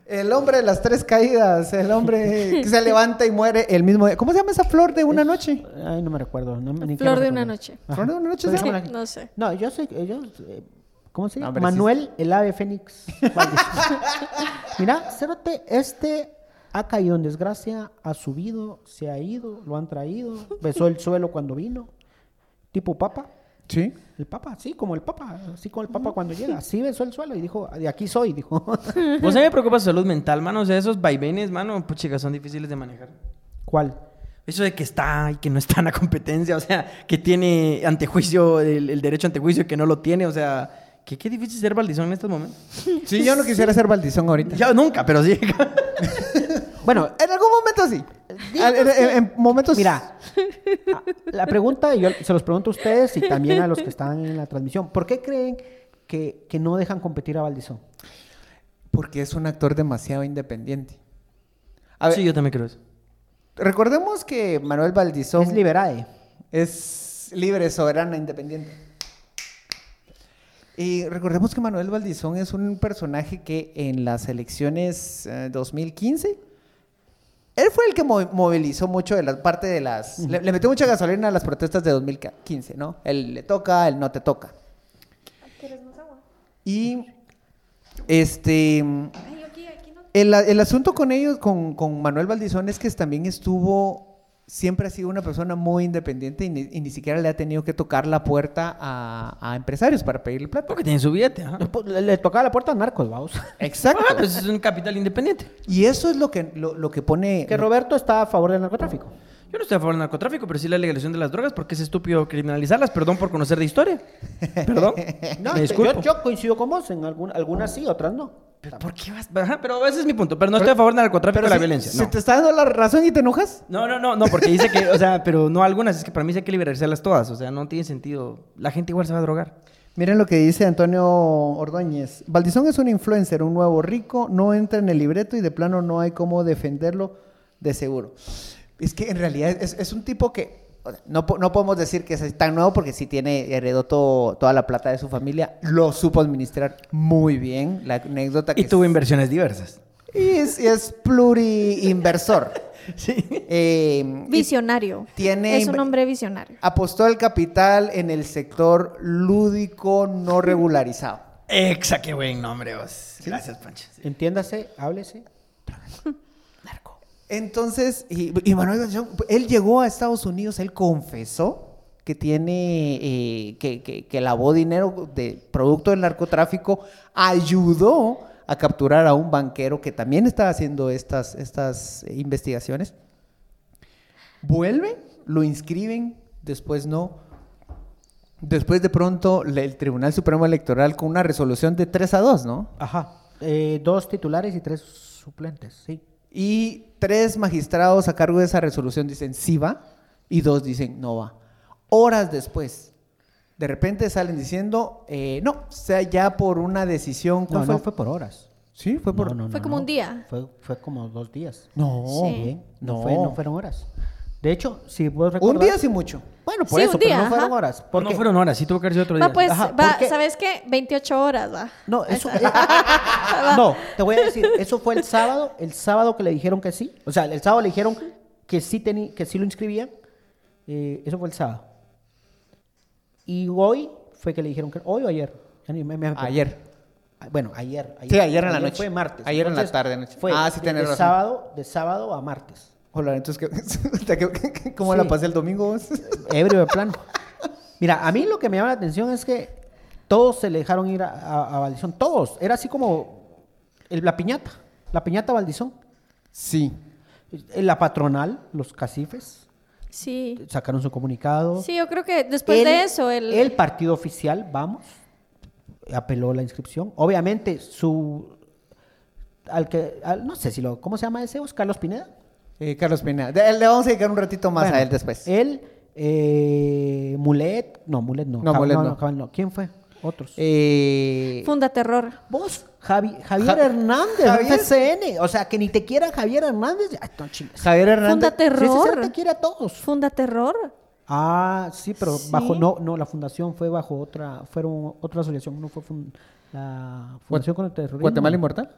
Speaker 1: El hombre de las tres caídas, el hombre que se levanta y muere el mismo día. ¿Cómo se llama esa flor de una
Speaker 4: Es-
Speaker 1: noche?
Speaker 4: Ay, no me recuerdo. no me- ni
Speaker 3: Flor
Speaker 4: quiero
Speaker 3: de una
Speaker 4: recordar.
Speaker 3: noche.
Speaker 4: Ajá.
Speaker 1: ¿Flor de una noche
Speaker 4: Pero
Speaker 1: se
Speaker 4: déjame
Speaker 1: llama?
Speaker 4: la-
Speaker 3: No sé.
Speaker 4: No, yo sé, que ellos... eh, ¿Cómo se
Speaker 1: No,
Speaker 4: llama?
Speaker 1: hombre, sí
Speaker 4: Manuel, el ave fénix. Valdés. Mira, Cerote, este ha caído en desgracia, ha subido, se ha ido, lo han traído, besó el suelo cuando vino, tipo papa.
Speaker 1: Sí.
Speaker 4: El papa, sí, como el papa, así como el papa cuando llega, así besó el suelo y dijo, de aquí soy, dijo.
Speaker 2: Vos a mí me preocupa su salud mental, mano. O sea, esos vaivenes, mano, pues chicas, son difíciles de manejar.
Speaker 4: ¿Cuál?
Speaker 2: Eso de que está y que no está en la competencia, o sea, que tiene antejuicio, el, el derecho a antejuicio y que no lo tiene, o sea, que qué difícil ser baldizón en estos momentos.
Speaker 1: Sí, yo no quisiera ser Valdizón ahorita.
Speaker 2: Ya nunca, pero sí.
Speaker 4: Bueno,
Speaker 1: En algún momento sí. Al- En, en- en momentos.
Speaker 4: Mira, a- la pregunta, yo se los pregunto a ustedes y también a los que están en la transmisión. ¿Por qué creen que, que no dejan competir a Valdizón?
Speaker 1: Porque es un actor demasiado independiente. A ver,
Speaker 2: Sí, yo también creo eso.
Speaker 1: recordemos que Manuel Valdizón
Speaker 4: Es Liberae.
Speaker 1: es libre, soberana, independiente. Y recordemos que Manuel Valdizón es un personaje que en las elecciones eh, 2015, él fue el que mo- movilizó mucho de la parte de las... le, le metió mucha gasolina a las protestas de 2015, ¿no? El le toca, el no te toca. Y este... El, a- el asunto con ellos, con, con Manuel Valdizón, es que también estuvo, siempre ha sido una persona muy independiente y ni, y ni siquiera le ha tenido que tocar la puerta a, a empresarios para pedirle plata.
Speaker 2: Porque tiene su billete, ajá.
Speaker 4: Le, le tocaba la puerta a narcos, vamos.
Speaker 1: Exacto.
Speaker 2: Ah, pues es un capital independiente.
Speaker 1: Y eso es lo que, lo, lo que pone...
Speaker 4: Que Roberto está a favor del narcotráfico.
Speaker 2: Yo no estoy a favor del narcotráfico, pero sí la legalización de las drogas porque es estúpido criminalizarlas. Perdón por conocer de historia. Perdón.
Speaker 4: No,
Speaker 2: Me
Speaker 4: te-
Speaker 2: disculpo.
Speaker 4: yo, yo coincido con vos, en algún- algunas sí, otras no.
Speaker 2: ¿Pero ¿Por qué vas? Ajá, pero ese es mi punto. Pero no estoy a favor del narcotráfico y la
Speaker 1: si-
Speaker 2: violencia.
Speaker 1: Si
Speaker 2: no.
Speaker 1: te está dando la razón y te enojas,
Speaker 2: No, no, no, no, porque dice que, o sea, pero no algunas, es que para mí sí hay que liberalizarlas todas, o sea, no tiene sentido. La gente igual se va a drogar.
Speaker 1: Miren lo que dice Antonio Ordóñez. Valdizón es un influencer, un nuevo rico, no entra en el libreto y de plano no hay cómo defenderlo de seguro. Es que en realidad es, es un tipo que o sea, no, po- no podemos decir que es tan nuevo porque sí tiene, heredó todo- toda la plata de su familia, lo supo administrar muy bien. La anécdota que
Speaker 2: Y tuvo
Speaker 1: es-
Speaker 2: inversiones diversas.
Speaker 1: y es, y es pluriinversor.
Speaker 2: Sí.
Speaker 1: Eh, y
Speaker 3: Visionario.
Speaker 1: tiene
Speaker 3: es
Speaker 1: inv-
Speaker 3: un hombre visionario.
Speaker 1: apostó el capital en el sector lúdico no regularizado.
Speaker 2: Exa, qué buen nombre vos. Gracias, Pancho.
Speaker 4: Entiéndase, háblese.
Speaker 1: Entonces, y, y Manuel Valdizón, él llegó a Estados Unidos, él confesó que tiene, eh, que, que- que lavó dinero de producto del narcotráfico, ayudó a capturar a un banquero que también estaba haciendo estas, estas eh, investigaciones. Vuelve, lo inscriben, después no. Después de pronto le- el Tribunal Supremo Electoral con una resolución de 3 a 2, ¿no?
Speaker 4: Ajá. Eh, dos titulares y tres suplentes, sí.
Speaker 1: Y tres magistrados a cargo de esa resolución dicen sí va y dos dicen no va. Horas después, de repente salen diciendo eh, no, o sea, ya por una decisión.
Speaker 4: No,
Speaker 1: ¿cuál
Speaker 4: no, fue por horas.
Speaker 1: Sí, fue por. No,
Speaker 3: Fue como un día.
Speaker 4: Fue, fue como dos días. Oh,
Speaker 1: no. ¿eh?
Speaker 3: Sí.
Speaker 4: Bien, no,
Speaker 1: No.
Speaker 4: fue- no fueron horas. De hecho, si vos
Speaker 1: un
Speaker 4: recordás-
Speaker 1: día sí mucho.
Speaker 4: Bueno, pues, por
Speaker 3: Sí,
Speaker 4: eso,
Speaker 3: un
Speaker 4: pero
Speaker 3: día,
Speaker 4: no fueron
Speaker 3: ajá.
Speaker 4: horas.
Speaker 2: Por
Speaker 4: Porque...
Speaker 2: no fueron horas, sí tuvo que haber sido otro día.
Speaker 3: Va, pues,
Speaker 4: Ajá,
Speaker 3: va,
Speaker 4: ¿por qué?
Speaker 3: ¿sabes qué? 28 horas, va.
Speaker 4: No, eso. no, te voy a decir, eso fue el sábado, el sábado que le dijeron que sí. O sea, el sábado le dijeron que sí, teni- que sí lo inscribían. Eh, eso fue el sábado. Y hoy fue que le dijeron que. Hoy o ayer. Ya ni me- me acuerdo. Ah,
Speaker 1: Ayer.
Speaker 4: Bueno, ayer.
Speaker 1: Sí, ayer en la noche.
Speaker 4: Fue martes.
Speaker 1: Ayer en la
Speaker 4: Entonces,
Speaker 1: tarde, noche.
Speaker 4: Fue
Speaker 1: Ah, sí,
Speaker 4: de-
Speaker 1: tenés
Speaker 4: de
Speaker 1: razón.
Speaker 4: Sábado, de sábado a martes.
Speaker 1: Hola, entonces, ¿qué- ¿cómo la
Speaker 4: Sí.
Speaker 1: pasé el domingo? vos?
Speaker 4: Ebrio de plano. Mira, a mí lo que me llama la atención es que todos se le dejaron ir a, a, a Valdizón. Todos. Era así como el- la piñata. La piñata Valdizón. Eh,
Speaker 1: Sí.
Speaker 4: La patronal, los cacifes,
Speaker 3: Sí.
Speaker 4: sacaron su comunicado.
Speaker 3: Sí, yo creo que después de eso, el,
Speaker 4: el partido oficial, vamos, apeló la inscripción. Obviamente, su. Al que. al- no sé si lo. ¿Cómo se llama ese? ¿Vos? Carlos Pineda.
Speaker 1: Eh, Carlos Pineda. De- Le vamos a dedicar un ratito más
Speaker 4: Bueno,
Speaker 1: a él después.
Speaker 4: Él. eh, Mulet. No, Mulet no.
Speaker 1: No,
Speaker 4: Ca-
Speaker 1: Mulet no.
Speaker 4: Cabal ¿Quién fue? Otros.
Speaker 1: Eh,
Speaker 3: Funda Terror.
Speaker 4: Vos, Javi- Javier
Speaker 1: Ja-
Speaker 4: Hernández,
Speaker 1: Javier-
Speaker 4: FCN. O sea, que ni te quiera Javier Hernández. Ay, no chingues.
Speaker 1: Javier Hernández.
Speaker 3: Funda Terror.
Speaker 4: FCN te quiere a todos.
Speaker 3: Funda Terror.
Speaker 4: Ah, sí, pero
Speaker 3: Sí.
Speaker 4: bajo no, no, la fundación fue bajo otra, fueron otra asociación, no fue fun- la fundación contra el terrorismo.
Speaker 1: Guatemala Inmortal.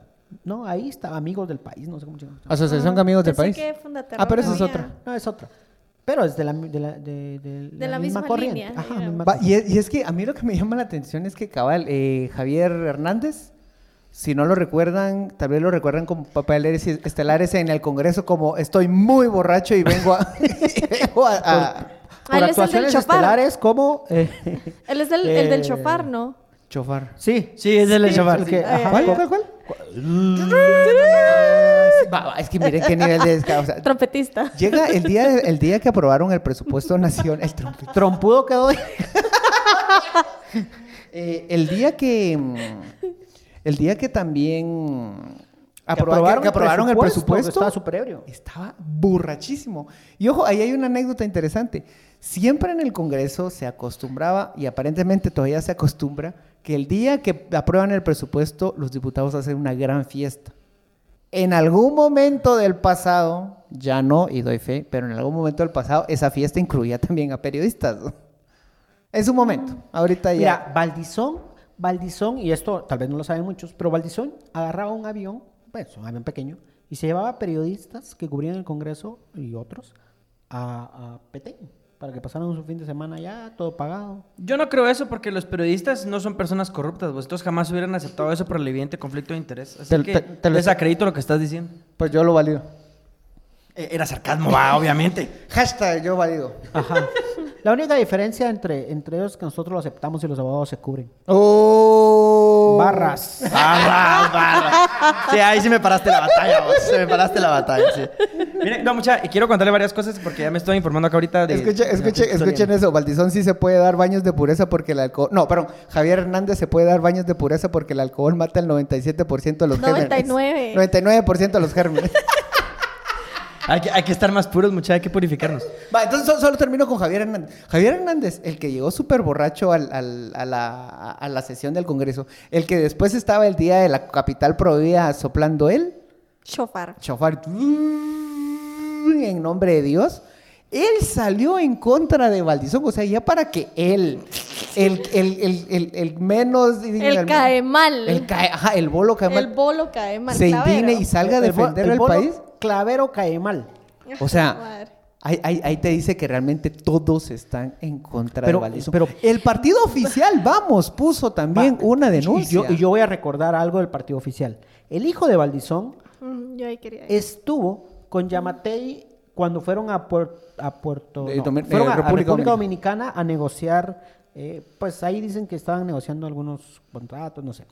Speaker 4: No, ahí está, amigos del país, no sé cómo se llama.
Speaker 1: Asociación
Speaker 3: Ah,
Speaker 1: de Amigos del
Speaker 3: pensé
Speaker 1: País.
Speaker 3: que Funda Terror
Speaker 1: Ah, pero eso es
Speaker 3: había.
Speaker 1: otra.
Speaker 4: No es otra, pero es de la, mi- de la, de, de
Speaker 3: De la misma
Speaker 4: corriente.
Speaker 3: línea,
Speaker 4: Ajá,
Speaker 3: digamos.
Speaker 4: misma
Speaker 1: Va,
Speaker 4: corriente.
Speaker 1: y, es, y es que a mí lo que me llama la atención es que cabal, eh, Javier Hernández, si no lo recuerdan, tal vez lo recuerdan como papeles estelares en el Congreso, como estoy muy borracho y vengo a... vengo a- a-
Speaker 4: Por
Speaker 3: Él es el del
Speaker 4: actuaciones
Speaker 3: Chopar.
Speaker 4: estelares como... eh,
Speaker 3: Él es del, el del
Speaker 4: Eh,
Speaker 3: chofar, ¿no?
Speaker 1: chofar.
Speaker 4: sí,
Speaker 2: Sí, es el chaval. ah.
Speaker 4: el que-
Speaker 3: Ay,
Speaker 4: ajá,
Speaker 3: ay,
Speaker 4: con-
Speaker 1: Va, va, es que miren qué nivel de... desca- o sea,
Speaker 3: Trompetista.
Speaker 1: llega el día, el día que aprobaron el presupuesto nacional, el trompe-
Speaker 4: Trompudo quedó...
Speaker 1: Eh, el día que. mm, El día que también. que- que aprobaron el presupuesto.
Speaker 4: Estaba súper ebrio.
Speaker 1: estaba borrachísimo. Y ojo, ahí hay una anécdota interesante. Siempre en el Congreso se acostumbraba, y aparentemente todavía se acostumbra, que el día que aprueban el presupuesto, los diputados hacen una gran fiesta. En algún momento del pasado, ya no, y doy fe, pero en algún momento del pasado, esa fiesta incluía también a periodistas. ¿no? Es un momento. Ahorita ya.
Speaker 4: Mira, Valdizón, Valdizón, y esto tal vez no lo saben muchos, pero Valdizón agarraba un avión, pues un avión pequeño, y se llevaba periodistas que cubrían el Congreso y otros a, a Petén, para que pasaran su fin de semana allá, todo pagado.
Speaker 2: Yo no creo eso porque los periodistas no son personas corruptas. Vosotros jamás hubieran aceptado eso por el evidente conflicto de interés. Así
Speaker 1: Te-
Speaker 2: que
Speaker 1: te- te lo-
Speaker 2: desacredito lo que estás diciendo.
Speaker 1: Pues yo lo valido.
Speaker 2: Eh, Era sarcasmo, va, obviamente.
Speaker 1: Hashtag yo valido.
Speaker 4: Ajá. La única diferencia entre, entre ellos es que nosotros lo aceptamos y los abogados se cubren.
Speaker 1: ¡Oh!
Speaker 4: Barras.
Speaker 2: Barras, barras. Ah, Sí, ahí sí me paraste la batalla, vos. Se me paraste la batalla, sí. Miren, no, mucha, y quiero contarle varias cosas porque ya me estoy informando acá ahorita de...
Speaker 1: Escuche-
Speaker 2: de la
Speaker 1: escuche-
Speaker 2: historia.
Speaker 1: escuchen eso, Valdizón sí se puede dar baños de pureza porque el alcohol... No, perdón, Javier Hernández se puede dar baños de pureza porque el alcohol mata el 97% de los gérmenes.
Speaker 3: 99.
Speaker 1: 99% de los gérmenes.
Speaker 2: Hay que, hay que estar más puros, mucha, hay que purificarnos.
Speaker 1: Va, entonces so- solo, termino con Javier Hernández. Javier Hernández, el que llegó súper borracho al- al- a, la, a- a la sesión del Congreso, el que después estaba el día de la capital prohibida soplando él,
Speaker 3: Chofar.
Speaker 1: chofar en nombre de Dios. Él salió en contra de Valdizón, o sea, ya para que él, el, el, el, el, el menos...
Speaker 3: El cae mal.
Speaker 1: El cae, ajá, el bolo cae
Speaker 3: El
Speaker 1: mal,
Speaker 3: bolo cae mal.
Speaker 1: se
Speaker 3: Clavero.
Speaker 1: indigne y salga a
Speaker 4: El bo-
Speaker 1: defender
Speaker 4: el
Speaker 1: al
Speaker 4: bolo
Speaker 1: país.
Speaker 4: Clavero cae mal.
Speaker 1: O sea,
Speaker 3: Madre.
Speaker 1: ahí, ahí- ahí te dice que realmente todos están en contra
Speaker 4: Pero-
Speaker 1: de Valdizón.
Speaker 4: pero-
Speaker 1: el partido oficial, vamos, puso también
Speaker 4: Va,
Speaker 1: una
Speaker 4: y-
Speaker 1: denuncia.
Speaker 4: Y yo, y yo voy a recordar algo del partido oficial. El hijo de Valdizón
Speaker 3: Mm, Yo ahí quería ir.
Speaker 4: estuvo con Yamatei cuando fueron a, Puer- a Puerto
Speaker 1: Eh,
Speaker 4: no,
Speaker 1: Domin-
Speaker 4: fueron
Speaker 1: eh,
Speaker 4: a- a
Speaker 1: República
Speaker 4: República, Dominicana. a negociar, eh, pues ahí dicen que estaban negociando algunos contratos, no sé.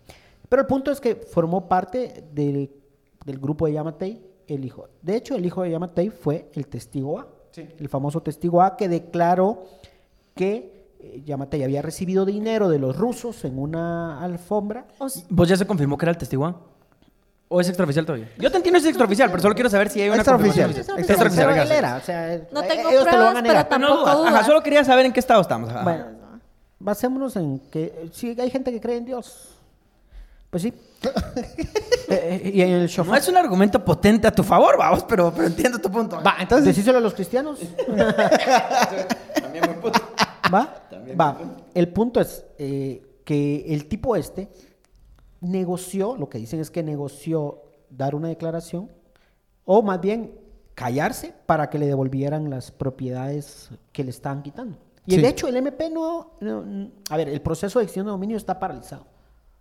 Speaker 4: Pero el punto es que formó parte del, del grupo de Yamatei el hijo. De hecho, el hijo de Yamatei fue el testigo A, el famoso testigo A que declaró que eh, Yamatei había recibido dinero de los rusos en una alfombra.
Speaker 3: Os-
Speaker 2: ¿Vos ya se confirmó que era el testigo? A? ¿O es extraoficial todavía? Yo te entiendo si es extraoficial, pero solo quiero saber si hay una
Speaker 1: Extraoficial.
Speaker 2: confirmación
Speaker 1: Extraoficial.
Speaker 2: Extraoficial,
Speaker 4: Pero
Speaker 2: gracias.
Speaker 4: él era, o sea,
Speaker 3: No
Speaker 4: eh,
Speaker 3: tengo
Speaker 4: ellos te lo van
Speaker 3: pruebas,
Speaker 4: a
Speaker 3: pero
Speaker 4: negar.
Speaker 2: No, no,
Speaker 3: tampoco
Speaker 2: ajá,
Speaker 3: dudas.
Speaker 2: solo quería saber en qué estado estamos.
Speaker 1: Ah.
Speaker 2: ajá.
Speaker 4: Bueno, basémonos en que si hay gente que cree en Dios. Pues sí. Eh, eh, y en el
Speaker 2: no
Speaker 4: shofar.
Speaker 2: es un argumento potente a tu favor, vamos, pero, pero entiendo tu punto.
Speaker 1: Va, entonces,
Speaker 4: Decíselo a los cristianos.
Speaker 2: También muy puto.
Speaker 4: ¿Va?
Speaker 2: También
Speaker 4: Va. El punto es eh, que el tipo este negoció, lo que dicen es que negoció dar una declaración, o más bien callarse para que le devolvieran las propiedades que le estaban quitando. Y
Speaker 1: Sí.
Speaker 4: de hecho el MP no, no- A ver, el proceso de extinción de dominio está paralizado.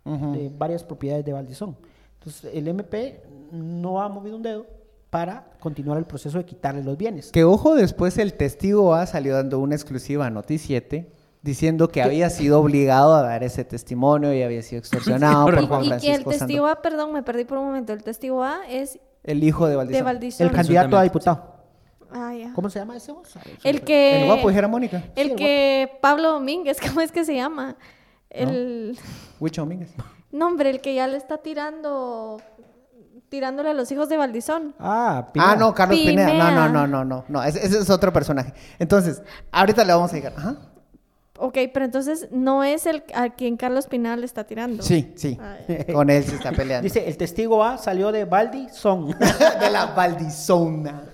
Speaker 1: Ujú.
Speaker 4: de varias propiedades de Valdizón. Entonces, el MP no ha movido un dedo para continuar el proceso de quitarle los bienes.
Speaker 1: Que ojo, después el testigo A salió dando una exclusiva a Noti 7 diciendo que había sido obligado a dar ese testimonio y había sido extorsionado por Juan
Speaker 3: Y que el
Speaker 1: Francisco
Speaker 3: testigo
Speaker 1: Sandoval,
Speaker 3: A, perdón, me perdí por un momento. El testigo A es
Speaker 1: el hijo de
Speaker 3: de
Speaker 1: Valdizón.
Speaker 4: El
Speaker 3: Valdizón.
Speaker 4: candidato a diputado.
Speaker 3: Ah, ya.
Speaker 4: ¿Cómo se llama ese vos?
Speaker 3: El
Speaker 1: El guapo
Speaker 3: que.
Speaker 1: dijera Mónica.
Speaker 4: Sí,
Speaker 3: El que. Pablo Domínguez, ¿cómo es que se llama? El.
Speaker 1: Huicho Domínguez.
Speaker 3: No, hombre, el que ya le está tirando. Tirándole a los hijos de Valdizón.
Speaker 4: Ah,
Speaker 1: Ah, no, Carlos Pineda. No,
Speaker 3: Pineda.
Speaker 1: no, no, no, no. no ese, ese es otro personaje. Entonces, ahorita le vamos a llegar. Ajá.
Speaker 3: Ok, pero entonces no es el a quien Carlos Pinal le está tirando.
Speaker 1: Sí, sí.
Speaker 3: Ah,
Speaker 1: Con él se está peleando.
Speaker 4: Dice, el testigo A salió de Valdizón.
Speaker 1: de la Valdizona.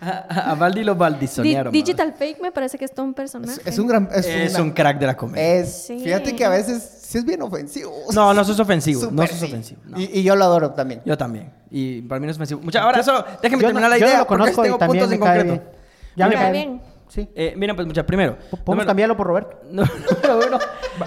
Speaker 2: A, a- a Valdi lo
Speaker 3: Di-
Speaker 2: valdizonearon.
Speaker 3: Digital Fake me parece que es todo un personaje.
Speaker 1: Es, es un gran.
Speaker 2: ma.
Speaker 1: Es,
Speaker 2: Es
Speaker 1: una-
Speaker 2: un crack de la comedia.
Speaker 1: es-
Speaker 3: Sí.
Speaker 1: Fíjate que a veces sí es bien ofensivo.
Speaker 2: No, no sos ofensivo. no
Speaker 1: Súper
Speaker 2: sos
Speaker 1: sí.
Speaker 2: ofensivo. no.
Speaker 1: Y, y yo lo adoro también.
Speaker 2: Yo también. Y para mí no es ofensivo. Mucha, ahora solo déjenme
Speaker 4: Yo
Speaker 2: terminar la
Speaker 4: yo
Speaker 2: idea
Speaker 4: lo
Speaker 2: porque
Speaker 4: conozco
Speaker 2: tengo
Speaker 4: y también
Speaker 2: puntos en
Speaker 4: me cae
Speaker 2: concreto.
Speaker 4: bien. Ya me
Speaker 3: Mira,
Speaker 4: cae
Speaker 3: bien.
Speaker 4: Sí.
Speaker 2: Eh, miren, pues, mucha, primero.
Speaker 4: Podemos
Speaker 2: número-
Speaker 4: cambiarlo por Roberto.
Speaker 2: No, Número uno,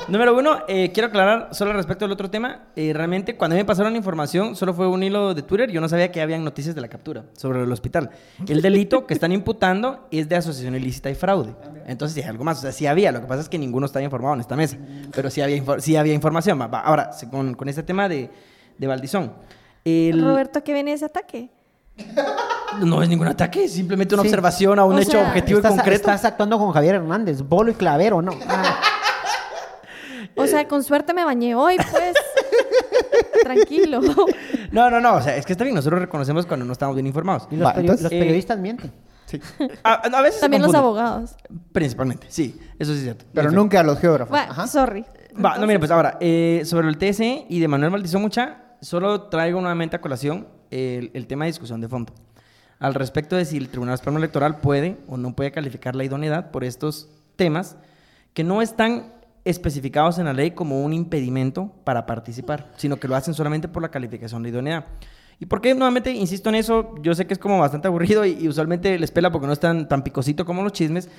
Speaker 2: número uno eh, quiero aclarar solo respecto al otro tema. eh, realmente, cuando a mí me pasaron la información, solo fue un hilo de Twitter. Yo no sabía que habían noticias de la captura sobre el hospital. El delito que están imputando es de asociación ilícita y fraude. Entonces, sí, hay algo más. O sea, sí había. Lo que pasa es que ninguno estaba informado en esta mesa. Pero sí había, infor- sí había información. Va, va, Ahora, se- con, con este tema de, de Valdizón. el-
Speaker 3: Roberto, ¿qué viene ese ataque?
Speaker 2: no es ningún ataque, es simplemente una
Speaker 4: Sí.
Speaker 2: observación a un
Speaker 3: O
Speaker 2: hecho
Speaker 3: sea,
Speaker 2: objetivo y
Speaker 4: estás,
Speaker 2: concreto.
Speaker 4: estás actuando con Javier Hernández, bolo y clavero, ¿no? Ah,
Speaker 3: O sea, con suerte me bañé hoy, pues. Tranquilo.
Speaker 2: No, no, no. O sea, es que está bien. Nosotros reconocemos cuando no estamos bien informados.
Speaker 4: y los,
Speaker 1: Va,
Speaker 4: peri-
Speaker 1: entonces,
Speaker 4: los
Speaker 2: eh,
Speaker 4: periodistas mienten.
Speaker 2: A, a veces se
Speaker 3: También los
Speaker 2: confunden.
Speaker 3: abogados.
Speaker 2: Principalmente, sí, eso sí es cierto.
Speaker 1: Pero
Speaker 2: En fin.
Speaker 1: nunca a los geógrafos.
Speaker 3: Bueno,
Speaker 1: Ajá.
Speaker 3: sorry.
Speaker 2: Va, no, mira, pues ahora, eh, sobre el TSE y de Manuel Valdizón Mucha, solo traigo nuevamente a colación el, el tema de discusión de fondo. Al respecto de si el Tribunal Supremo Electoral puede o no puede calificar la idoneidad por estos temas que no están especificados en la ley como un impedimento para participar, sino que lo hacen solamente por la calificación de idoneidad. ¿Y por qué nuevamente insisto en eso? Yo sé que es como bastante aburrido y, y usualmente les pela porque no es tan, tan picosito como los chismes,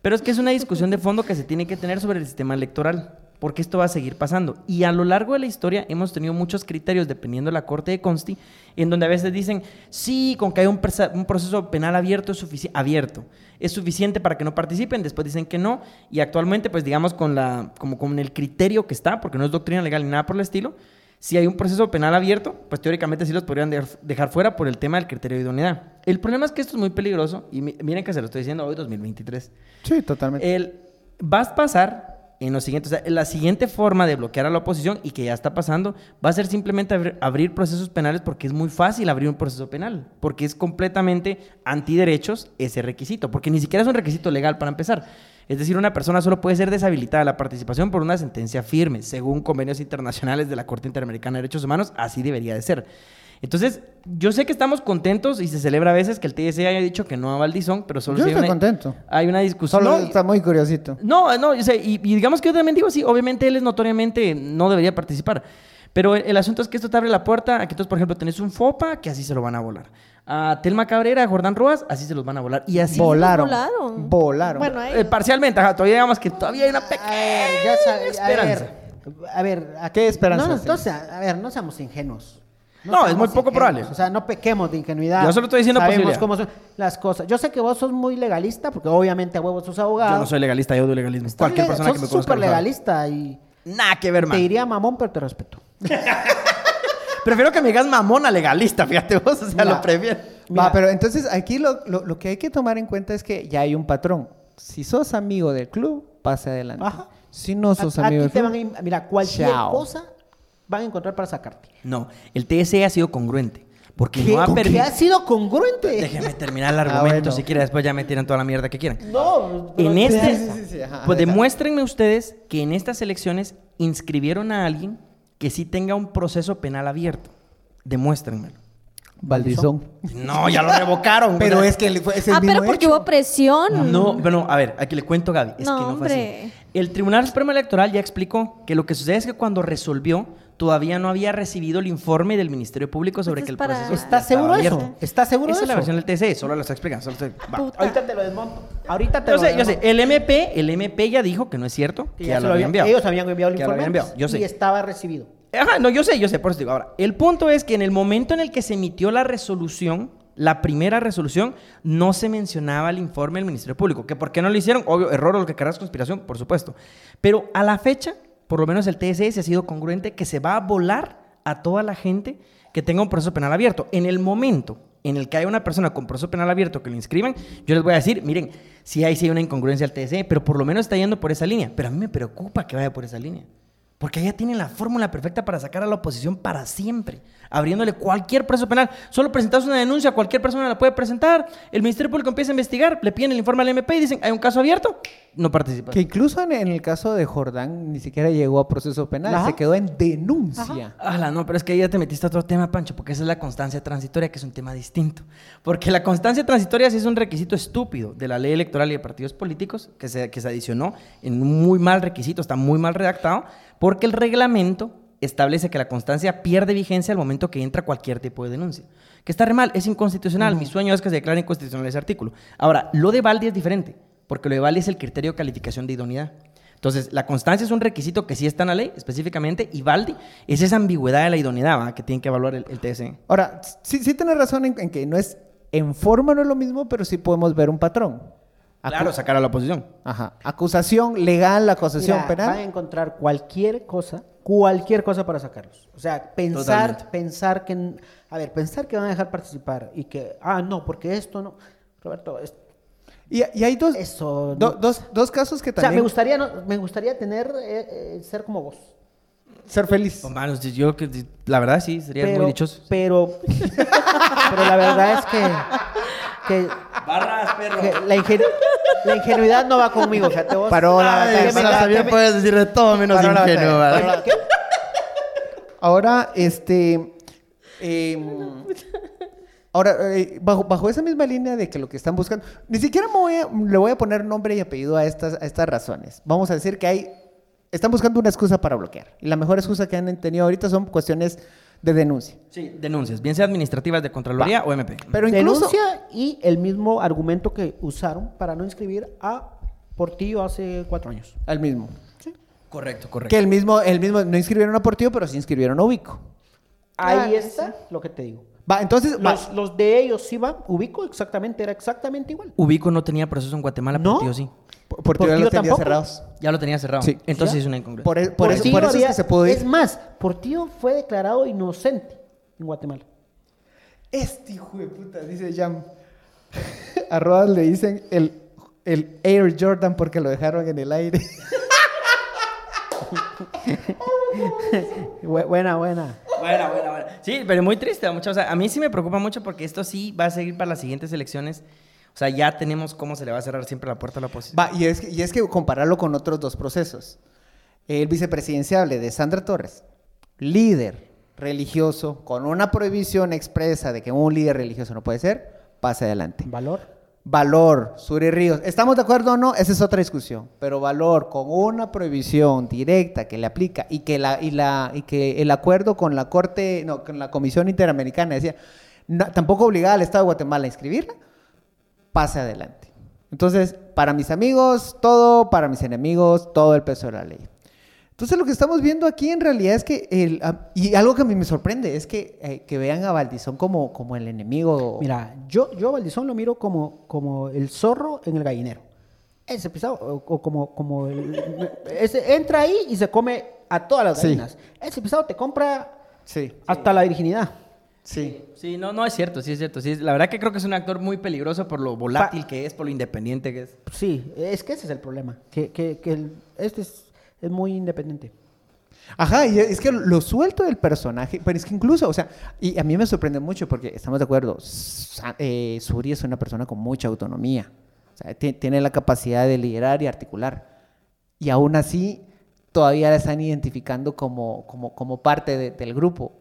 Speaker 2: pero es que es una discusión de fondo que se tiene que tener sobre el sistema electoral, porque esto va a seguir pasando. Y a lo largo de la historia hemos tenido muchos criterios, dependiendo de la Corte de Consti, en donde a veces dicen, sí, con que hay un, presa- un proceso penal abierto es, sufici- abierto es suficiente para que no participen, después dicen que no, y actualmente, pues digamos, con, la, como con el criterio que está, porque no es doctrina legal ni nada por el estilo, si hay un proceso penal abierto, pues teóricamente sí los podrían dejar- dejar fuera por el tema del criterio de idoneidad. El problema es que esto es muy peligroso, y mi- miren que se lo estoy diciendo hoy, 2023.
Speaker 1: Sí, totalmente.
Speaker 2: El, vas a pasar en lo siguiente, o sea, la siguiente forma de bloquear a la oposición y que ya está pasando va a ser simplemente abri- abrir procesos penales porque es muy fácil abrir un proceso penal, porque es completamente antiderechos ese requisito, porque ni siquiera es un requisito legal para empezar. Es decir, una persona solo puede ser deshabilitada de la participación por una sentencia firme, según convenios internacionales de la Corte Interamericana de Derechos Humanos, así debería de ser. Entonces, yo sé que estamos contentos y se celebra a veces que el TSE haya dicho que no a Valdizón, pero solo
Speaker 1: Yo
Speaker 2: si hay
Speaker 1: estoy
Speaker 2: una-
Speaker 1: contento.
Speaker 2: Hay una discusión.
Speaker 1: Eh, Solo
Speaker 2: No,
Speaker 1: está muy curiosito.
Speaker 2: no, no, o sea, y, y digamos que yo también digo así, obviamente él es notoriamente no debería participar. Pero el, el asunto es que esto te abre la puerta a que entonces, por ejemplo, tenés un FOPA, que así se lo van a volar. A Telma Cabrera, a Jordán Roas, así se los van a volar. Y así.
Speaker 1: Volaron.
Speaker 3: volaron.
Speaker 1: Volaron.
Speaker 3: Bueno, ahí.
Speaker 2: eh, parcialmente, ajá, todavía digamos que todavía hay una
Speaker 4: A
Speaker 2: pequeña
Speaker 4: ver, ya sabe-
Speaker 2: Eh, esperanza.
Speaker 4: A ver, a ver, a-
Speaker 1: ¿Qué esperanza
Speaker 4: No, no,
Speaker 1: tienes?
Speaker 4: no sea- a ver, no seamos ingenuos.
Speaker 2: No, es
Speaker 4: seamos
Speaker 2: muy poco probable.
Speaker 4: O sea, no pequemos de ingenuidad.
Speaker 2: Yo solo estoy diciendo
Speaker 4: Sabemos
Speaker 2: posibilidad.
Speaker 4: cómo son las cosas. Yo sé que vos sos muy legalista, porque obviamente a huevos sos abogado.
Speaker 2: Yo no soy legalista, yo odio legalismo.
Speaker 4: Sos
Speaker 2: Cualquier
Speaker 4: le-
Speaker 2: persona que
Speaker 4: sos
Speaker 2: me conozca.
Speaker 4: súper
Speaker 2: lo sabe.
Speaker 4: legalista y
Speaker 2: Nada que ver,
Speaker 4: te
Speaker 2: man.
Speaker 4: diría mamón, pero te respeto.
Speaker 2: Prefiero que me digas mamona legalista, fíjate vos, o sea,
Speaker 4: Mira.
Speaker 2: lo prefiero.
Speaker 1: Va,
Speaker 4: Mira.
Speaker 1: pero entonces aquí lo, lo- lo que hay que tomar en cuenta es que ya hay un patrón. Si sos amigo del club, pase adelante.
Speaker 4: Ajá.
Speaker 1: Si no sos
Speaker 4: A- a ti
Speaker 1: amigo del
Speaker 4: te
Speaker 1: club,
Speaker 4: van a in- Mira, cualquier
Speaker 1: Chao.
Speaker 4: cosa van a encontrar para sacarte.
Speaker 2: No, el TSE ha sido congruente. Porque
Speaker 4: ¿Qué,
Speaker 2: no ha
Speaker 4: ¿Con qué
Speaker 2: permitido.
Speaker 4: ha sido congruente?
Speaker 2: Déjeme terminar el
Speaker 1: Ah,
Speaker 2: argumento
Speaker 1: bueno.
Speaker 2: si quiere, después ya me tiran toda la mierda que quieran.
Speaker 4: No. pero-
Speaker 2: En este,
Speaker 1: sí, sí, sí, ajá,
Speaker 2: pues
Speaker 1: ahí está.
Speaker 2: demuéstrenme ustedes que en estas elecciones inscribieron a alguien que sí tenga un proceso penal abierto. Demuéstrenmelo.
Speaker 1: Valdizón.
Speaker 2: No, ya lo revocaron.
Speaker 1: Pero
Speaker 2: Una-
Speaker 1: es que le fue- es el
Speaker 3: Ah, pero
Speaker 1: mismo
Speaker 3: porque
Speaker 1: hecho. Ah,
Speaker 3: hubo presión.
Speaker 2: No, bueno, a ver, aquí le cuento, Gaby. Es
Speaker 3: No,
Speaker 2: que no fue
Speaker 3: hombre.
Speaker 2: así. El Tribunal Supremo Electoral ya explicó que lo que sucede es que cuando resolvió, todavía no había recibido el informe del Ministerio Público sobre
Speaker 3: Esto
Speaker 2: que
Speaker 3: Pues es
Speaker 2: el
Speaker 3: para-
Speaker 2: proceso.
Speaker 4: ¿Estás
Speaker 2: estaba
Speaker 4: seguro de eso?
Speaker 2: abierto.
Speaker 4: ¿Estás seguro
Speaker 2: Esa
Speaker 4: de
Speaker 2: es la
Speaker 4: eso?
Speaker 2: versión del TC, solo lo está explicando. solo estoy- va.
Speaker 3: Puta.
Speaker 4: Ahorita te lo desmonto. Ahorita te
Speaker 2: Yo
Speaker 4: lo
Speaker 2: sé, yo sé.
Speaker 4: desmonto.
Speaker 2: El MP, el MP ya dijo que no es cierto, que,
Speaker 4: Que
Speaker 2: ya
Speaker 4: ya se
Speaker 2: lo había enviado.
Speaker 4: Ellos habían enviado el
Speaker 2: Que ya lo
Speaker 4: informe
Speaker 2: había enviado, yo
Speaker 4: y
Speaker 2: sé.
Speaker 4: estaba recibido.
Speaker 2: Ajá, no, yo sé, yo sé, por eso digo. Ahora, el punto es que en el momento en el que se emitió la resolución, la primera resolución, no se mencionaba el informe del Ministerio Público. Que por qué no lo hicieron, obvio, error o lo que querrás, conspiración, por supuesto. Pero a la fecha, por lo menos el TSE se ha sido congruente que se va a volar a toda la gente que tenga un proceso penal abierto. En el momento en el que haya una persona con proceso penal abierto que lo inscriban, yo les voy a decir, miren, sí ahí sí hay una incongruencia al TSE, pero por lo menos está yendo por esa línea. Pero a mí me preocupa que vaya por esa línea. Porque allá tienen la fórmula perfecta para sacar a la oposición para siempre, abriéndole cualquier proceso penal. Solo presentas una denuncia, cualquier persona la puede presentar. El Ministerio Público empieza a investigar, le piden el informe al MP y dicen, hay un caso abierto, no participas.
Speaker 1: Que incluso en, en el caso de Jordán ni siquiera llegó a proceso penal,
Speaker 4: Ajá.
Speaker 1: se quedó en denuncia.
Speaker 2: Ala, no, pero es que ahí ya te metiste a otro tema, Pancho, porque esa es la constancia transitoria, que es un tema distinto. Porque la constancia transitoria sí es un requisito estúpido de la ley electoral y de partidos políticos, que se, que se adicionó en un muy mal requisito, está muy mal redactado, porque el reglamento establece que la constancia pierde vigencia al momento que entra cualquier tipo de denuncia. Que está re mal, es inconstitucional. Mi sueño es que se declare inconstitucional ese artículo. Ahora, lo de Valdi es diferente, porque lo de Valdi es el criterio de calificación de idoneidad. Entonces, la constancia es un requisito que sí está en la ley específicamente y Valdi es esa ambigüedad de la idoneidad ¿va? que tiene que evaluar el, E. el TSE.
Speaker 1: Ahora, sí, sí tienes razón en, en que no es, en forma no es lo mismo, pero sí podemos ver un patrón. Acu-
Speaker 2: Claro, sacar a la oposición.
Speaker 1: Ajá. Acusación legal, acusación
Speaker 4: Mira,
Speaker 1: penal.
Speaker 4: Van a encontrar cualquier cosa, cualquier cosa para sacarlos. O sea, pensar,
Speaker 2: Totalmente.
Speaker 4: pensar que, n- a ver, pensar que van a dejar participar y que, ah, no, porque esto no, Roberto, es-
Speaker 1: Y, y hay dos,
Speaker 4: eso.
Speaker 1: do-
Speaker 4: no.
Speaker 1: dos, dos casos que
Speaker 4: o sea,
Speaker 1: también...
Speaker 4: me gustaría, no- me gustaría tener, eh, eh, ser como vos.
Speaker 1: Ser feliz.
Speaker 2: Pues, manos, yo que la verdad sí, sería muy dichoso.
Speaker 4: pero, pero la verdad es que, que,
Speaker 2: Barras, perro.
Speaker 4: que la, ingenu- la ingenuidad no va conmigo. Fíjate vos.
Speaker 1: Paró la
Speaker 4: Ay,
Speaker 1: batalla,
Speaker 4: que me
Speaker 1: paró la
Speaker 4: ca- que
Speaker 1: batalla,
Speaker 4: me-
Speaker 2: puedes decir de todo menos
Speaker 1: Para la
Speaker 2: ingenuo.
Speaker 1: batalla,
Speaker 2: ¿verdad?
Speaker 1: para la- Ahora, este... em, ahora, eh, bajo, bajo esa misma línea de que lo que están buscando... Ni siquiera me voy a- le voy a poner nombre y apellido a estas, a estas razones. Vamos a decir que hay... Están buscando una excusa para bloquear. Y la mejor excusa que han tenido ahorita son cuestiones de denuncia.
Speaker 2: Sí, denuncias, bien sean administrativas de Contraloría o MP.
Speaker 1: Pero incluso...
Speaker 4: Denuncia y el mismo argumento que usaron para no inscribir a Portillo hace cuatro años.
Speaker 1: Al mismo.
Speaker 2: Correcto, correcto.
Speaker 1: Que el mismo, el mismo, no inscribieron a Portillo, pero sí inscribieron a Ubico. Ah,
Speaker 4: Ahí está lo que te digo.
Speaker 1: Va, entonces, va.
Speaker 4: Los, los de ellos sí van, ubico exactamente, era exactamente igual.
Speaker 2: Ubico no tenía proceso en Guatemala,
Speaker 4: ¿No?
Speaker 2: Portillo sí.
Speaker 1: Por- Portillo ya
Speaker 4: Portillo
Speaker 1: los tenía
Speaker 4: tampoco.
Speaker 1: cerrados.
Speaker 2: Ya lo tenía cerrado.
Speaker 1: Sí.
Speaker 2: Entonces
Speaker 4: ¿Ya?
Speaker 2: es una incongruencia.
Speaker 1: Por, e- por eso,
Speaker 4: Portillo
Speaker 1: por eso es que
Speaker 4: había-
Speaker 1: se pudo ir.
Speaker 4: Es más, Portillo fue declarado inocente en Guatemala.
Speaker 1: Este hijo de puta, dice Jam. A Rodas le dicen el, el Air Jordan porque lo dejaron en el aire.
Speaker 4: Bu- buena, buena.
Speaker 2: Buena, buena, buena. Sí, pero muy triste, mucho. O sea, a mí sí me preocupa mucho porque esto sí va a seguir para las siguientes elecciones. O sea, ya tenemos cómo se le va a cerrar siempre la puerta a la oposición.
Speaker 1: Va, y es, que- y es que compararlo con otros dos procesos. El vicepresidenciable de Sandra Torres, líder religioso, con una prohibición expresa de que un líder religioso no puede ser, pasa adelante.
Speaker 4: Valor.
Speaker 1: Valor, Suri Ríos. ¿Estamos de acuerdo o no? Esa es otra discusión. Pero Valor, con una prohibición directa que le aplica y que, la, y la, y que el acuerdo con la Corte, no, con la Comisión Interamericana decía, no, tampoco obligaba al Estado de Guatemala a inscribirla, pase adelante. Entonces, para mis amigos, todo, para mis enemigos, todo el peso de la ley. Entonces, lo que estamos viendo aquí en realidad es que, el, ah, y algo que a mí me sorprende, es que, eh, que vean a Valdizón como, como el enemigo.
Speaker 4: Mira, yo, yo a Valdizón lo miro como, como el zorro en el gallinero. Ese pisado, o, o como, como el- ese entra ahí y se come a todas las
Speaker 1: Sí.
Speaker 4: gallinas. Ese pisado te compra
Speaker 1: Sí,
Speaker 4: hasta la virginidad.
Speaker 1: sí.
Speaker 2: Sí, no, no es cierto, sí es cierto. Sí es- la verdad que creo que es un actor muy peligroso por lo volátil que es, por lo independiente que es.
Speaker 4: Sí, es que ese es el problema. Que, que, que el- este es, es muy independiente.
Speaker 1: Ajá, y es que lo suelto del personaje, pero es que incluso, o sea, y a mí me sorprende mucho porque estamos de acuerdo, Sa- eh, Suri es una persona con mucha autonomía, o sea, ti- tiene la capacidad de liderar y articular, y aún así todavía la están identificando como, como, como parte de- del grupo.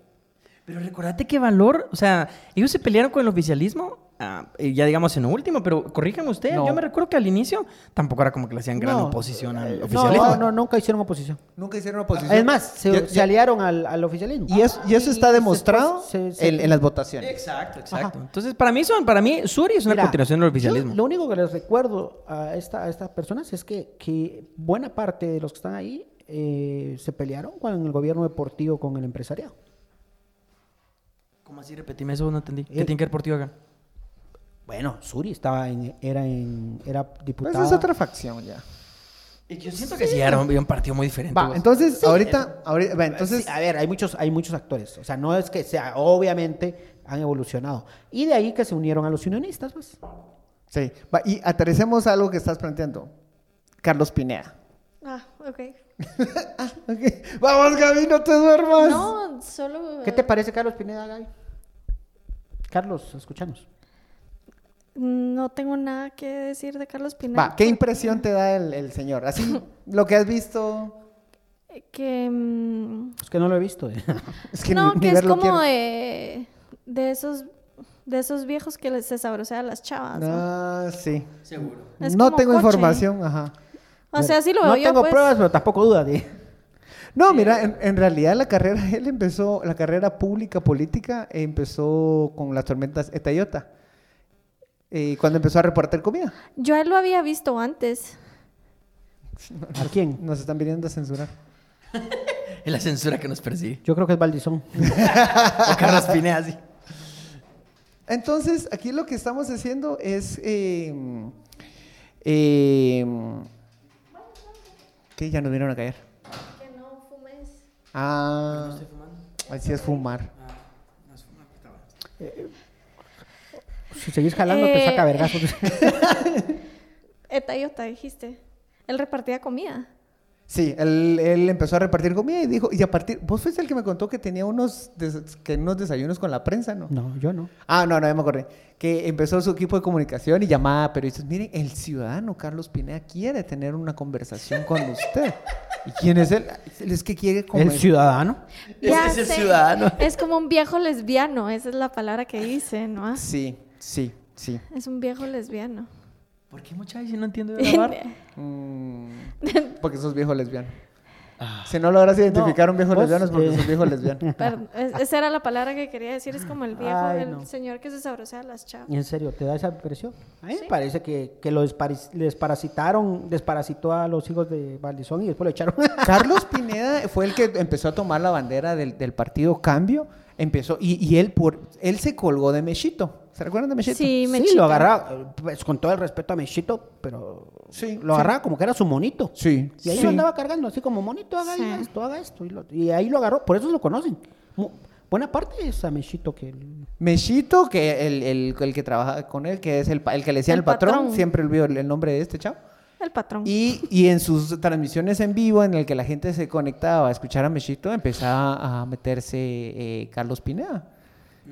Speaker 2: Pero recordate qué valor, o sea, ellos se pelearon con el oficialismo, ah, eh, ya digamos en lo último, pero corríjame usted,
Speaker 4: No.
Speaker 2: yo me recuerdo que al inicio tampoco era como que le hacían gran
Speaker 4: No,
Speaker 2: oposición
Speaker 4: eh,
Speaker 2: al
Speaker 4: no,
Speaker 2: oficialismo.
Speaker 4: No, no, nunca hicieron oposición.
Speaker 1: Nunca hicieron oposición.
Speaker 4: Es más, se,
Speaker 1: Yo-
Speaker 4: se
Speaker 1: yo-
Speaker 4: aliaron al, al oficialismo.
Speaker 1: y, eso, y eso está
Speaker 4: Ah, Y
Speaker 1: demostrado
Speaker 4: después se- se-
Speaker 1: En, en las votaciones.
Speaker 2: Exacto, exacto. Entonces, para mí, son, para mí, Suri es una
Speaker 4: Mira,
Speaker 2: continuación del
Speaker 4: yo
Speaker 2: oficialismo.
Speaker 4: lo único que les recuerdo a, esta, a estas personas es que, que buena parte de los que están ahí eh, se pelearon con el gobierno deportivo, con el empresariado.
Speaker 2: ¿Cómo así? Repetime eso, no entendí. ¿Qué
Speaker 4: Eh,
Speaker 2: tiene que ver Portillo acá?
Speaker 4: Bueno, Suri estaba en, era, en, era
Speaker 1: Pues
Speaker 4: diputada.
Speaker 1: es otra facción ya.
Speaker 2: Yo siento que sí, era un, un partido muy diferente.
Speaker 1: Va,
Speaker 2: vos.
Speaker 1: entonces, ahorita, ahorita- va,
Speaker 4: Entonces,
Speaker 1: entonces,
Speaker 4: Pues, a ver, hay muchos, hay muchos actores. O sea, no es que sea, obviamente han evolucionado. Y de ahí que se unieron a los unionistas, pues.
Speaker 1: sí, va, y aterricemos a algo que estás planteando. Carlos Pineda.
Speaker 3: Ah, ok.
Speaker 1: Pues, Ok. Vamos, Gaby, no te duermas.
Speaker 3: No, solo...
Speaker 4: ¿Qué te parece, Carlos Pineda, Gaby? Carlos, escuchamos.
Speaker 3: No tengo nada que decir de Carlos Pineda.
Speaker 1: Va, ¿qué impresión te da el, el señor? Así, lo que has visto.
Speaker 3: Que... mm,
Speaker 4: Es que no lo he visto. eh.
Speaker 1: Es que
Speaker 3: no,
Speaker 1: ni- ni
Speaker 3: que es
Speaker 1: verlo
Speaker 3: como
Speaker 1: quiero.
Speaker 3: de, de esos de esos viejos que les- se sabrosean a las chavas. ¿no?
Speaker 1: Ah, sí.
Speaker 2: Seguro.
Speaker 3: Es
Speaker 1: no
Speaker 3: como
Speaker 1: tengo
Speaker 3: coche.
Speaker 1: información, ajá.
Speaker 3: O sea, sí lo veo
Speaker 4: No
Speaker 3: yo,
Speaker 4: tengo
Speaker 3: pues.
Speaker 4: pruebas, pero tampoco dudas. eh.
Speaker 1: No, mira, en, en realidad la carrera, él empezó, la carrera pública política eh, empezó con las tormentas Etayota. Eh, cuando empezó a repartir comida.
Speaker 3: Yo a él lo había visto antes.
Speaker 4: ¿A quién?
Speaker 1: Nos están viniendo a censurar.
Speaker 2: Es la censura que nos persigue.
Speaker 4: Yo creo que es Valdizón.
Speaker 2: O Carlos Pineda, así.
Speaker 1: Entonces, aquí lo que estamos haciendo es. eh, eh, ¿Qué? Ya nos vinieron a caer.
Speaker 3: Que no fumes.
Speaker 1: Ah. Así es fumar.
Speaker 4: Si seguís jalando, te
Speaker 3: Eh.
Speaker 4: saca vergazos.
Speaker 3: Etayota, dijiste. Él repartía comida.
Speaker 1: Sí, él, él empezó a repartir comida y dijo, y a partir, vos fuiste el que me contó que tenía unos, des- que unos desayunos con la prensa, ¿no?
Speaker 4: No, yo no.
Speaker 1: Ah, no, no, ya me acordé. Que empezó su equipo de comunicación y llamada a periodistas. Miren, el ciudadano Carlos Pineda quiere tener una conversación con usted. ¿Y quién es él? Es que quiere
Speaker 4: El
Speaker 1: conver-
Speaker 4: ciudadano.
Speaker 3: Ya
Speaker 2: Ese es el
Speaker 3: sé.
Speaker 2: ciudadano.
Speaker 3: Es como un viejo lesbiano, esa es la palabra que dicen, ¿no?
Speaker 1: Sí, sí, sí.
Speaker 3: Es un viejo lesbiano.
Speaker 2: ¿Por qué muchachos si no entiendo de grabar?
Speaker 1: Mm, porque sos viejo lesbiano. Si no logras identificar a un viejo
Speaker 4: vos,
Speaker 1: lesbiano es porque
Speaker 4: eh.
Speaker 1: sos viejo lesbiano.
Speaker 3: Perdón, es- esa era la palabra que quería decir, es como el viejo,
Speaker 4: Ay,
Speaker 3: el
Speaker 4: no.
Speaker 3: señor que se sabrosea a las chavas.
Speaker 4: En serio, ¿te da esa impresión? A mí me parece que, que lo desparis- desparasitaron, desparasitó a los hijos de Valdizón y después lo echaron.
Speaker 1: Carlos Pineda fue el que empezó a tomar la bandera del, del partido Cambio. Empezó, y, y él por él se colgó de Mechito. ¿Se recuerdan de Mechito?
Speaker 3: Sí, me
Speaker 4: Sí, lo agarraba, pues, con todo el respeto a Mechito, pero
Speaker 1: Sí,
Speaker 4: lo
Speaker 1: sí.
Speaker 4: agarraba como que era su monito.
Speaker 1: Sí.
Speaker 4: Y ahí
Speaker 1: sí.
Speaker 4: lo andaba cargando, así como monito, haga
Speaker 3: Sí.
Speaker 4: esto, haga esto. Y, lo- y ahí lo agarró, por eso lo conocen. Mu- buena parte es a Mechito que...
Speaker 1: Mechito, que el, el- el que trabaja con él, que es el, pa- el que le decía
Speaker 3: El
Speaker 1: el, patrón,
Speaker 3: patrón.
Speaker 1: siempre olvido el, el nombre de este chavo.
Speaker 3: El patrón.
Speaker 1: Y, y en sus transmisiones en vivo, en el que la gente se conectaba a escuchar a Mechito, empezaba a meterse eh, Carlos Pineda.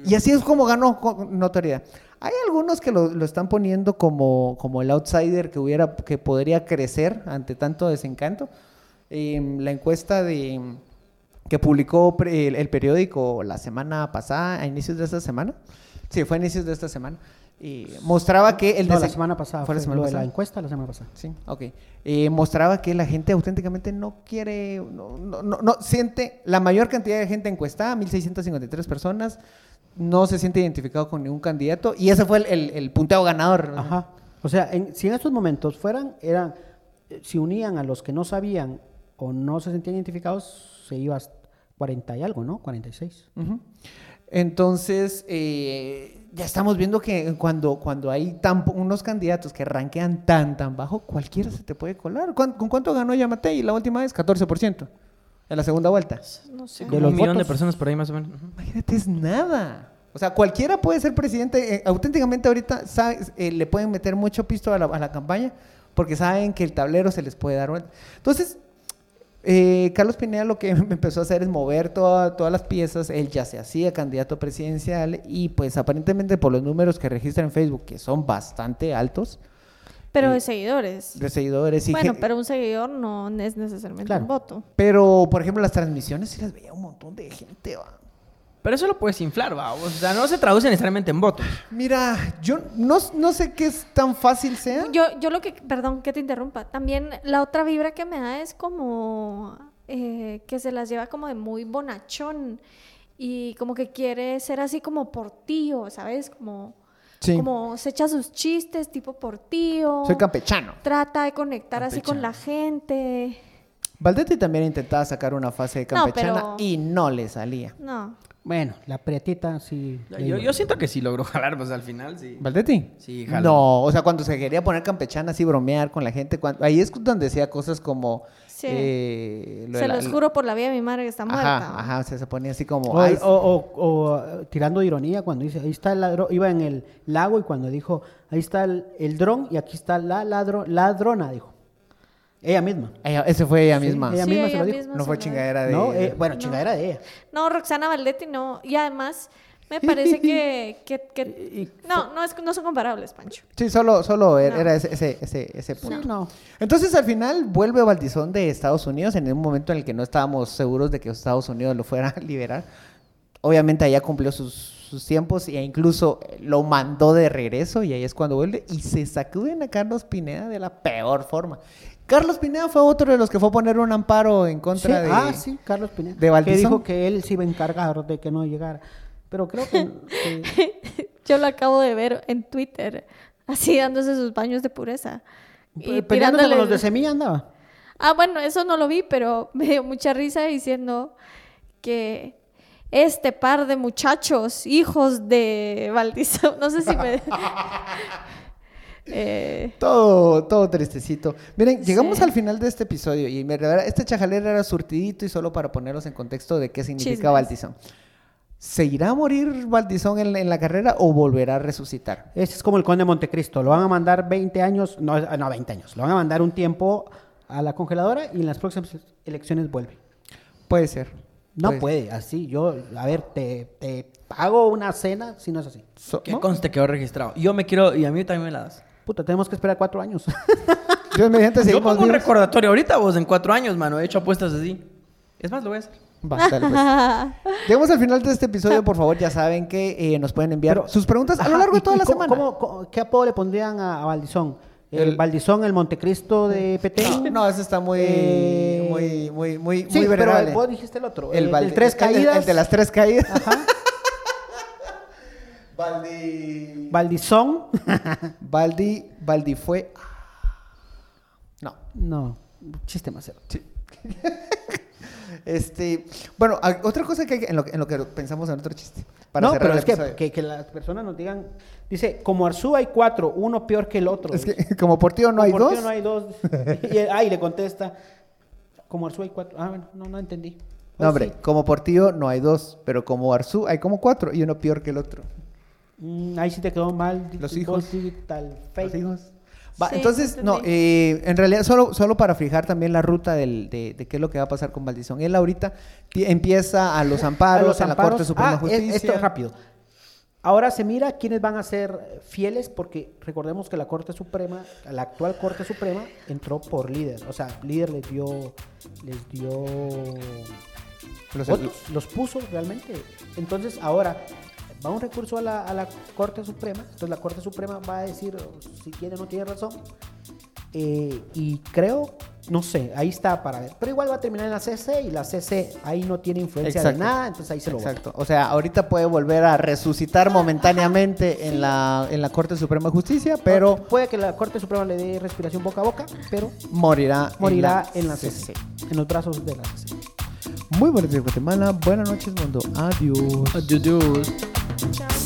Speaker 1: Y así es como ganó co- notoriedad. Hay algunos que lo, lo están poniendo como, como el outsider que, hubiera, que podría crecer ante tanto desencanto. Eh, la encuesta de, que publicó pre- el, el periódico la semana pasada, a inicios de esta semana, sí, fue a inicios de esta semana, y mostraba que el
Speaker 4: no, la
Speaker 1: desen-
Speaker 4: semana pasada.
Speaker 1: ¿Fue la semana
Speaker 4: lo de
Speaker 1: pasada?
Speaker 4: la encuesta la semana pasada.
Speaker 1: Sí, ok. Eh, mostraba que la gente auténticamente no quiere, no, no, no, no siente, la mayor cantidad de gente encuestada, 1.653 personas, no se siente identificado con ningún candidato y ese fue el, el, el punteo ganador.
Speaker 4: Ajá. O sea, en- si en estos momentos fueran, eran, eh, si unían a los que no sabían o no se sentían identificados, se iba a 40 y algo, ¿no? 46.
Speaker 1: Ujú. Entonces, eh, ya estamos viendo que cuando, cuando hay tan, po- unos candidatos que ranquean tan, tan bajo, cualquiera se te puede colar. ¿Cuán- ¿Con cuánto ganó Yamatei la última vez? 14%. En la segunda vuelta.
Speaker 3: no sé.
Speaker 4: De los
Speaker 2: un millón de
Speaker 4: votos.
Speaker 2: personas por ahí más o menos. Ujú.
Speaker 1: Imagínate, es nada. O sea, cualquiera puede ser presidente. Eh, auténticamente ahorita ¿sabes? Eh, le pueden meter mucho pisto a la, a la campaña porque saben que el tablero se les puede dar vuelta. Entonces, eh, Carlos Pineda lo que empezó a hacer es mover toda- todas las piezas. Él ya se hacía candidato presidencial y pues aparentemente por los números que registra en Facebook, que son bastante altos,
Speaker 3: Pero de seguidores.
Speaker 1: de seguidores y
Speaker 3: bueno,
Speaker 1: gen-
Speaker 3: pero un seguidor no es necesariamente
Speaker 4: Claro.
Speaker 3: un voto.
Speaker 1: pero, por ejemplo, las transmisiones sí las veía un montón de gente. ¿va?
Speaker 2: Pero eso lo puedes inflar, va. O sea, no se traduce necesariamente en votos.
Speaker 1: Mira, yo no, no sé qué es tan fácil sea.
Speaker 3: Yo, yo lo que, perdón que te interrumpa, también la otra vibra que me da es como eh, que se las lleva como de muy bonachón y como que quiere ser así como por tío, ¿sabes? Como,
Speaker 1: Sí.
Speaker 3: como se echa sus chistes tipo por tío.
Speaker 1: Soy campechano.
Speaker 3: Trata de conectar así con
Speaker 2: Campechano.
Speaker 3: la gente.
Speaker 1: Valdetti también intentaba sacar una fase de
Speaker 3: No,
Speaker 1: campechana
Speaker 3: pero-
Speaker 1: y no le salía.
Speaker 3: No.
Speaker 4: Bueno, la prietita sí. le
Speaker 2: Yo,
Speaker 4: digo.
Speaker 2: yo siento que sí logró jalar, pues al final sí.
Speaker 1: ¿Valdetti?
Speaker 2: Sí, jala.
Speaker 1: No, o sea, cuando se quería poner campechana así, bromear con la gente, cuando- ahí es donde decía cosas como...
Speaker 3: Sí.
Speaker 1: eh, lo de
Speaker 3: Se
Speaker 1: la-
Speaker 3: los juro por la vida de mi madre que está muerta.
Speaker 1: Ajá, ajá, o sea, se ponía así como...
Speaker 4: O,
Speaker 1: "Ay, oh.
Speaker 4: o- o- o, eh, tirando ironía cuando dice, ahí está el ladrón, iba en el lago y cuando dijo, ahí está el, el dron y aquí está la ladro- ladrona, dijo. Ella misma.
Speaker 1: ella- ese fue ella
Speaker 4: Sí,
Speaker 1: misma.
Speaker 4: ella
Speaker 3: Sí,
Speaker 4: misma se
Speaker 3: ella
Speaker 4: lo dijo.
Speaker 3: misma
Speaker 1: No
Speaker 3: se
Speaker 1: fue
Speaker 3: lo-
Speaker 1: chingadera de...
Speaker 4: No, eh, bueno, chingadera de ella.
Speaker 3: No, Roxana Valdetti no. Y además, me parece que. que- que- no, no, es, no son comparables, Pancho.
Speaker 1: Sí, solo, solo er-
Speaker 3: No.
Speaker 1: era ese, ese, ese, ese punto.
Speaker 4: No.
Speaker 1: Entonces, al final, vuelve Valdizón de Estados Unidos en un momento en el que no estábamos seguros de que Estados Unidos lo fuera a liberar. Obviamente, allá cumplió sus, sus tiempos e incluso lo mandó de regreso y ahí es cuando vuelve y se sacuden a Carlos Pineda de la peor forma. Carlos Pineda fue otro de los que fue a poner un amparo en
Speaker 4: Sí,
Speaker 1: contra de...
Speaker 4: ah, sí, Carlos Pineda.
Speaker 1: de
Speaker 4: que
Speaker 1: Valdizón.
Speaker 4: dijo que él se iba a encargar de que no llegara. Pero creo que, que-
Speaker 3: Yo lo acabo de ver en Twitter, así dándose sus baños de pureza. Y
Speaker 4: pe- peleándose con
Speaker 3: tirándole-
Speaker 4: los de semilla andaba.
Speaker 3: Ah, bueno, eso no lo vi, pero me dio mucha risa diciendo que este par de muchachos, hijos de Valdizón, no sé si me. Eh,
Speaker 1: Todo, todo tristecito. Miren, llegamos
Speaker 3: Sí.
Speaker 1: al final de este episodio y me revela- este chajalera era surtidito y solo para ponerlos en contexto de qué significa
Speaker 3: Chismes.
Speaker 1: Valdizón. ¿Se irá a morir Valdizón en, en la carrera o volverá a resucitar?
Speaker 4: Ese es como el conde de Montecristo. Lo van a mandar 20 años, no, ah, no 20 años. Lo van a mandar un tiempo a la congeladora y en las próximas elecciones vuelve.
Speaker 1: Puede ser.
Speaker 4: No
Speaker 1: Pues,
Speaker 4: puede, así. Yo, a ver, te, te pago una cena si no es así.
Speaker 1: so-
Speaker 2: Que
Speaker 1: ¿no?
Speaker 2: conste quedó registrado. Yo me quiero, y a mí también me la das.
Speaker 4: Puta, tenemos que esperar cuatro años.
Speaker 1: Dios mediante,
Speaker 2: Yo
Speaker 1: seguimos
Speaker 2: pongo un
Speaker 1: vivos.
Speaker 2: recordatorio ahorita, vos, en cuatro años, mano. He hecho apuestas así. Es más, lo voy a hacer.
Speaker 1: Va, dale, pues. Llegamos al final de este episodio, por favor, ya saben que eh, nos pueden enviar
Speaker 4: Pero-
Speaker 1: sus preguntas a lo
Speaker 4: Ajá,
Speaker 1: largo
Speaker 4: ¿y-
Speaker 1: de toda
Speaker 4: y
Speaker 1: la
Speaker 4: cómo-
Speaker 1: semana.
Speaker 4: cómo- cómo- ¿Qué apodo le pondrían a, a Valdizón? ¿El
Speaker 1: El-
Speaker 4: Valdizón, el Montecristo de PT?
Speaker 1: No, no, eso está muy,
Speaker 4: Eh,
Speaker 1: muy, muy, muy,
Speaker 4: sí,
Speaker 1: muy
Speaker 4: pero
Speaker 1: venerable.
Speaker 4: vos dijiste el otro.
Speaker 1: El
Speaker 4: El,
Speaker 1: Valdi-
Speaker 4: Eh, del tres
Speaker 1: el de-
Speaker 4: caídas.
Speaker 1: El de las tres caídas.
Speaker 4: Ajá.
Speaker 1: Valdi.
Speaker 4: Valdizón.
Speaker 1: Valdi. Valdi fue. No.
Speaker 4: no, chiste más cero.
Speaker 1: Este. Bueno, a- otra cosa que hay que- en lo, que- en lo que pensamos en otro chiste. Para
Speaker 4: no,
Speaker 1: cerrar
Speaker 4: pero
Speaker 1: el
Speaker 4: es que,
Speaker 1: episodio.
Speaker 4: que, que las personas nos digan, dice, como Arzú hay cuatro, uno peor que el otro.
Speaker 1: Es
Speaker 4: dice.
Speaker 1: que como por tío no hay
Speaker 4: ¿Por qué
Speaker 1: dos.
Speaker 4: no hay dos? y él, ah, y le contesta, como Arzú hay cuatro. Ah, bueno, no, no entendí.
Speaker 1: No,
Speaker 4: Oh,
Speaker 1: hombre,
Speaker 4: sí.
Speaker 1: como por tío no hay dos, pero como Arzú hay como cuatro y uno peor que el otro.
Speaker 4: Mm, ahí sí te quedó mal.
Speaker 1: Los
Speaker 4: Vos
Speaker 1: hijos.
Speaker 4: digital
Speaker 1: Los
Speaker 4: fake.
Speaker 1: hijos. Va,
Speaker 3: Sí,
Speaker 1: entonces, no,
Speaker 3: entendí.
Speaker 1: eh, en realidad solo, solo para fijar también la ruta del- de, de qué es lo que va a pasar con Valdizón. Él ahorita ti- empieza a los amparos,
Speaker 4: A Ah, los
Speaker 1: en la
Speaker 4: amparos.
Speaker 1: Corte Suprema de
Speaker 4: Ah, es-
Speaker 1: Justicia.
Speaker 4: Esto es rápido. Ahora se mira quiénes van a ser fieles, porque recordemos que la Corte Suprema, la actual Corte Suprema, entró por líder. O sea, líder les dio, les dio
Speaker 1: Los-
Speaker 4: votos, los puso realmente. Entonces ahora va un recurso a la, a la Corte Suprema, entonces la Corte Suprema va a decir oh, si tiene o no tiene razón. Eh, y creo, no sé, ahí está para ver. Pero igual va a terminar en la CC y la CC ahí no tiene influencia
Speaker 1: Exacto.
Speaker 4: de nada, entonces ahí se lo vota.
Speaker 1: Exacto. O sea, ahorita puede volver a resucitar momentáneamente en la, en la Corte Suprema de Justicia, pero
Speaker 4: No, puede que la Corte Suprema le dé respiración boca a boca, pero
Speaker 1: morirá,
Speaker 4: morirá en la
Speaker 1: CC.
Speaker 4: CC, en los brazos de la CC.
Speaker 1: Muy buenos días, Guatemala. Buenas noches, mundo. Adiós.
Speaker 2: Adiós.
Speaker 3: Chao.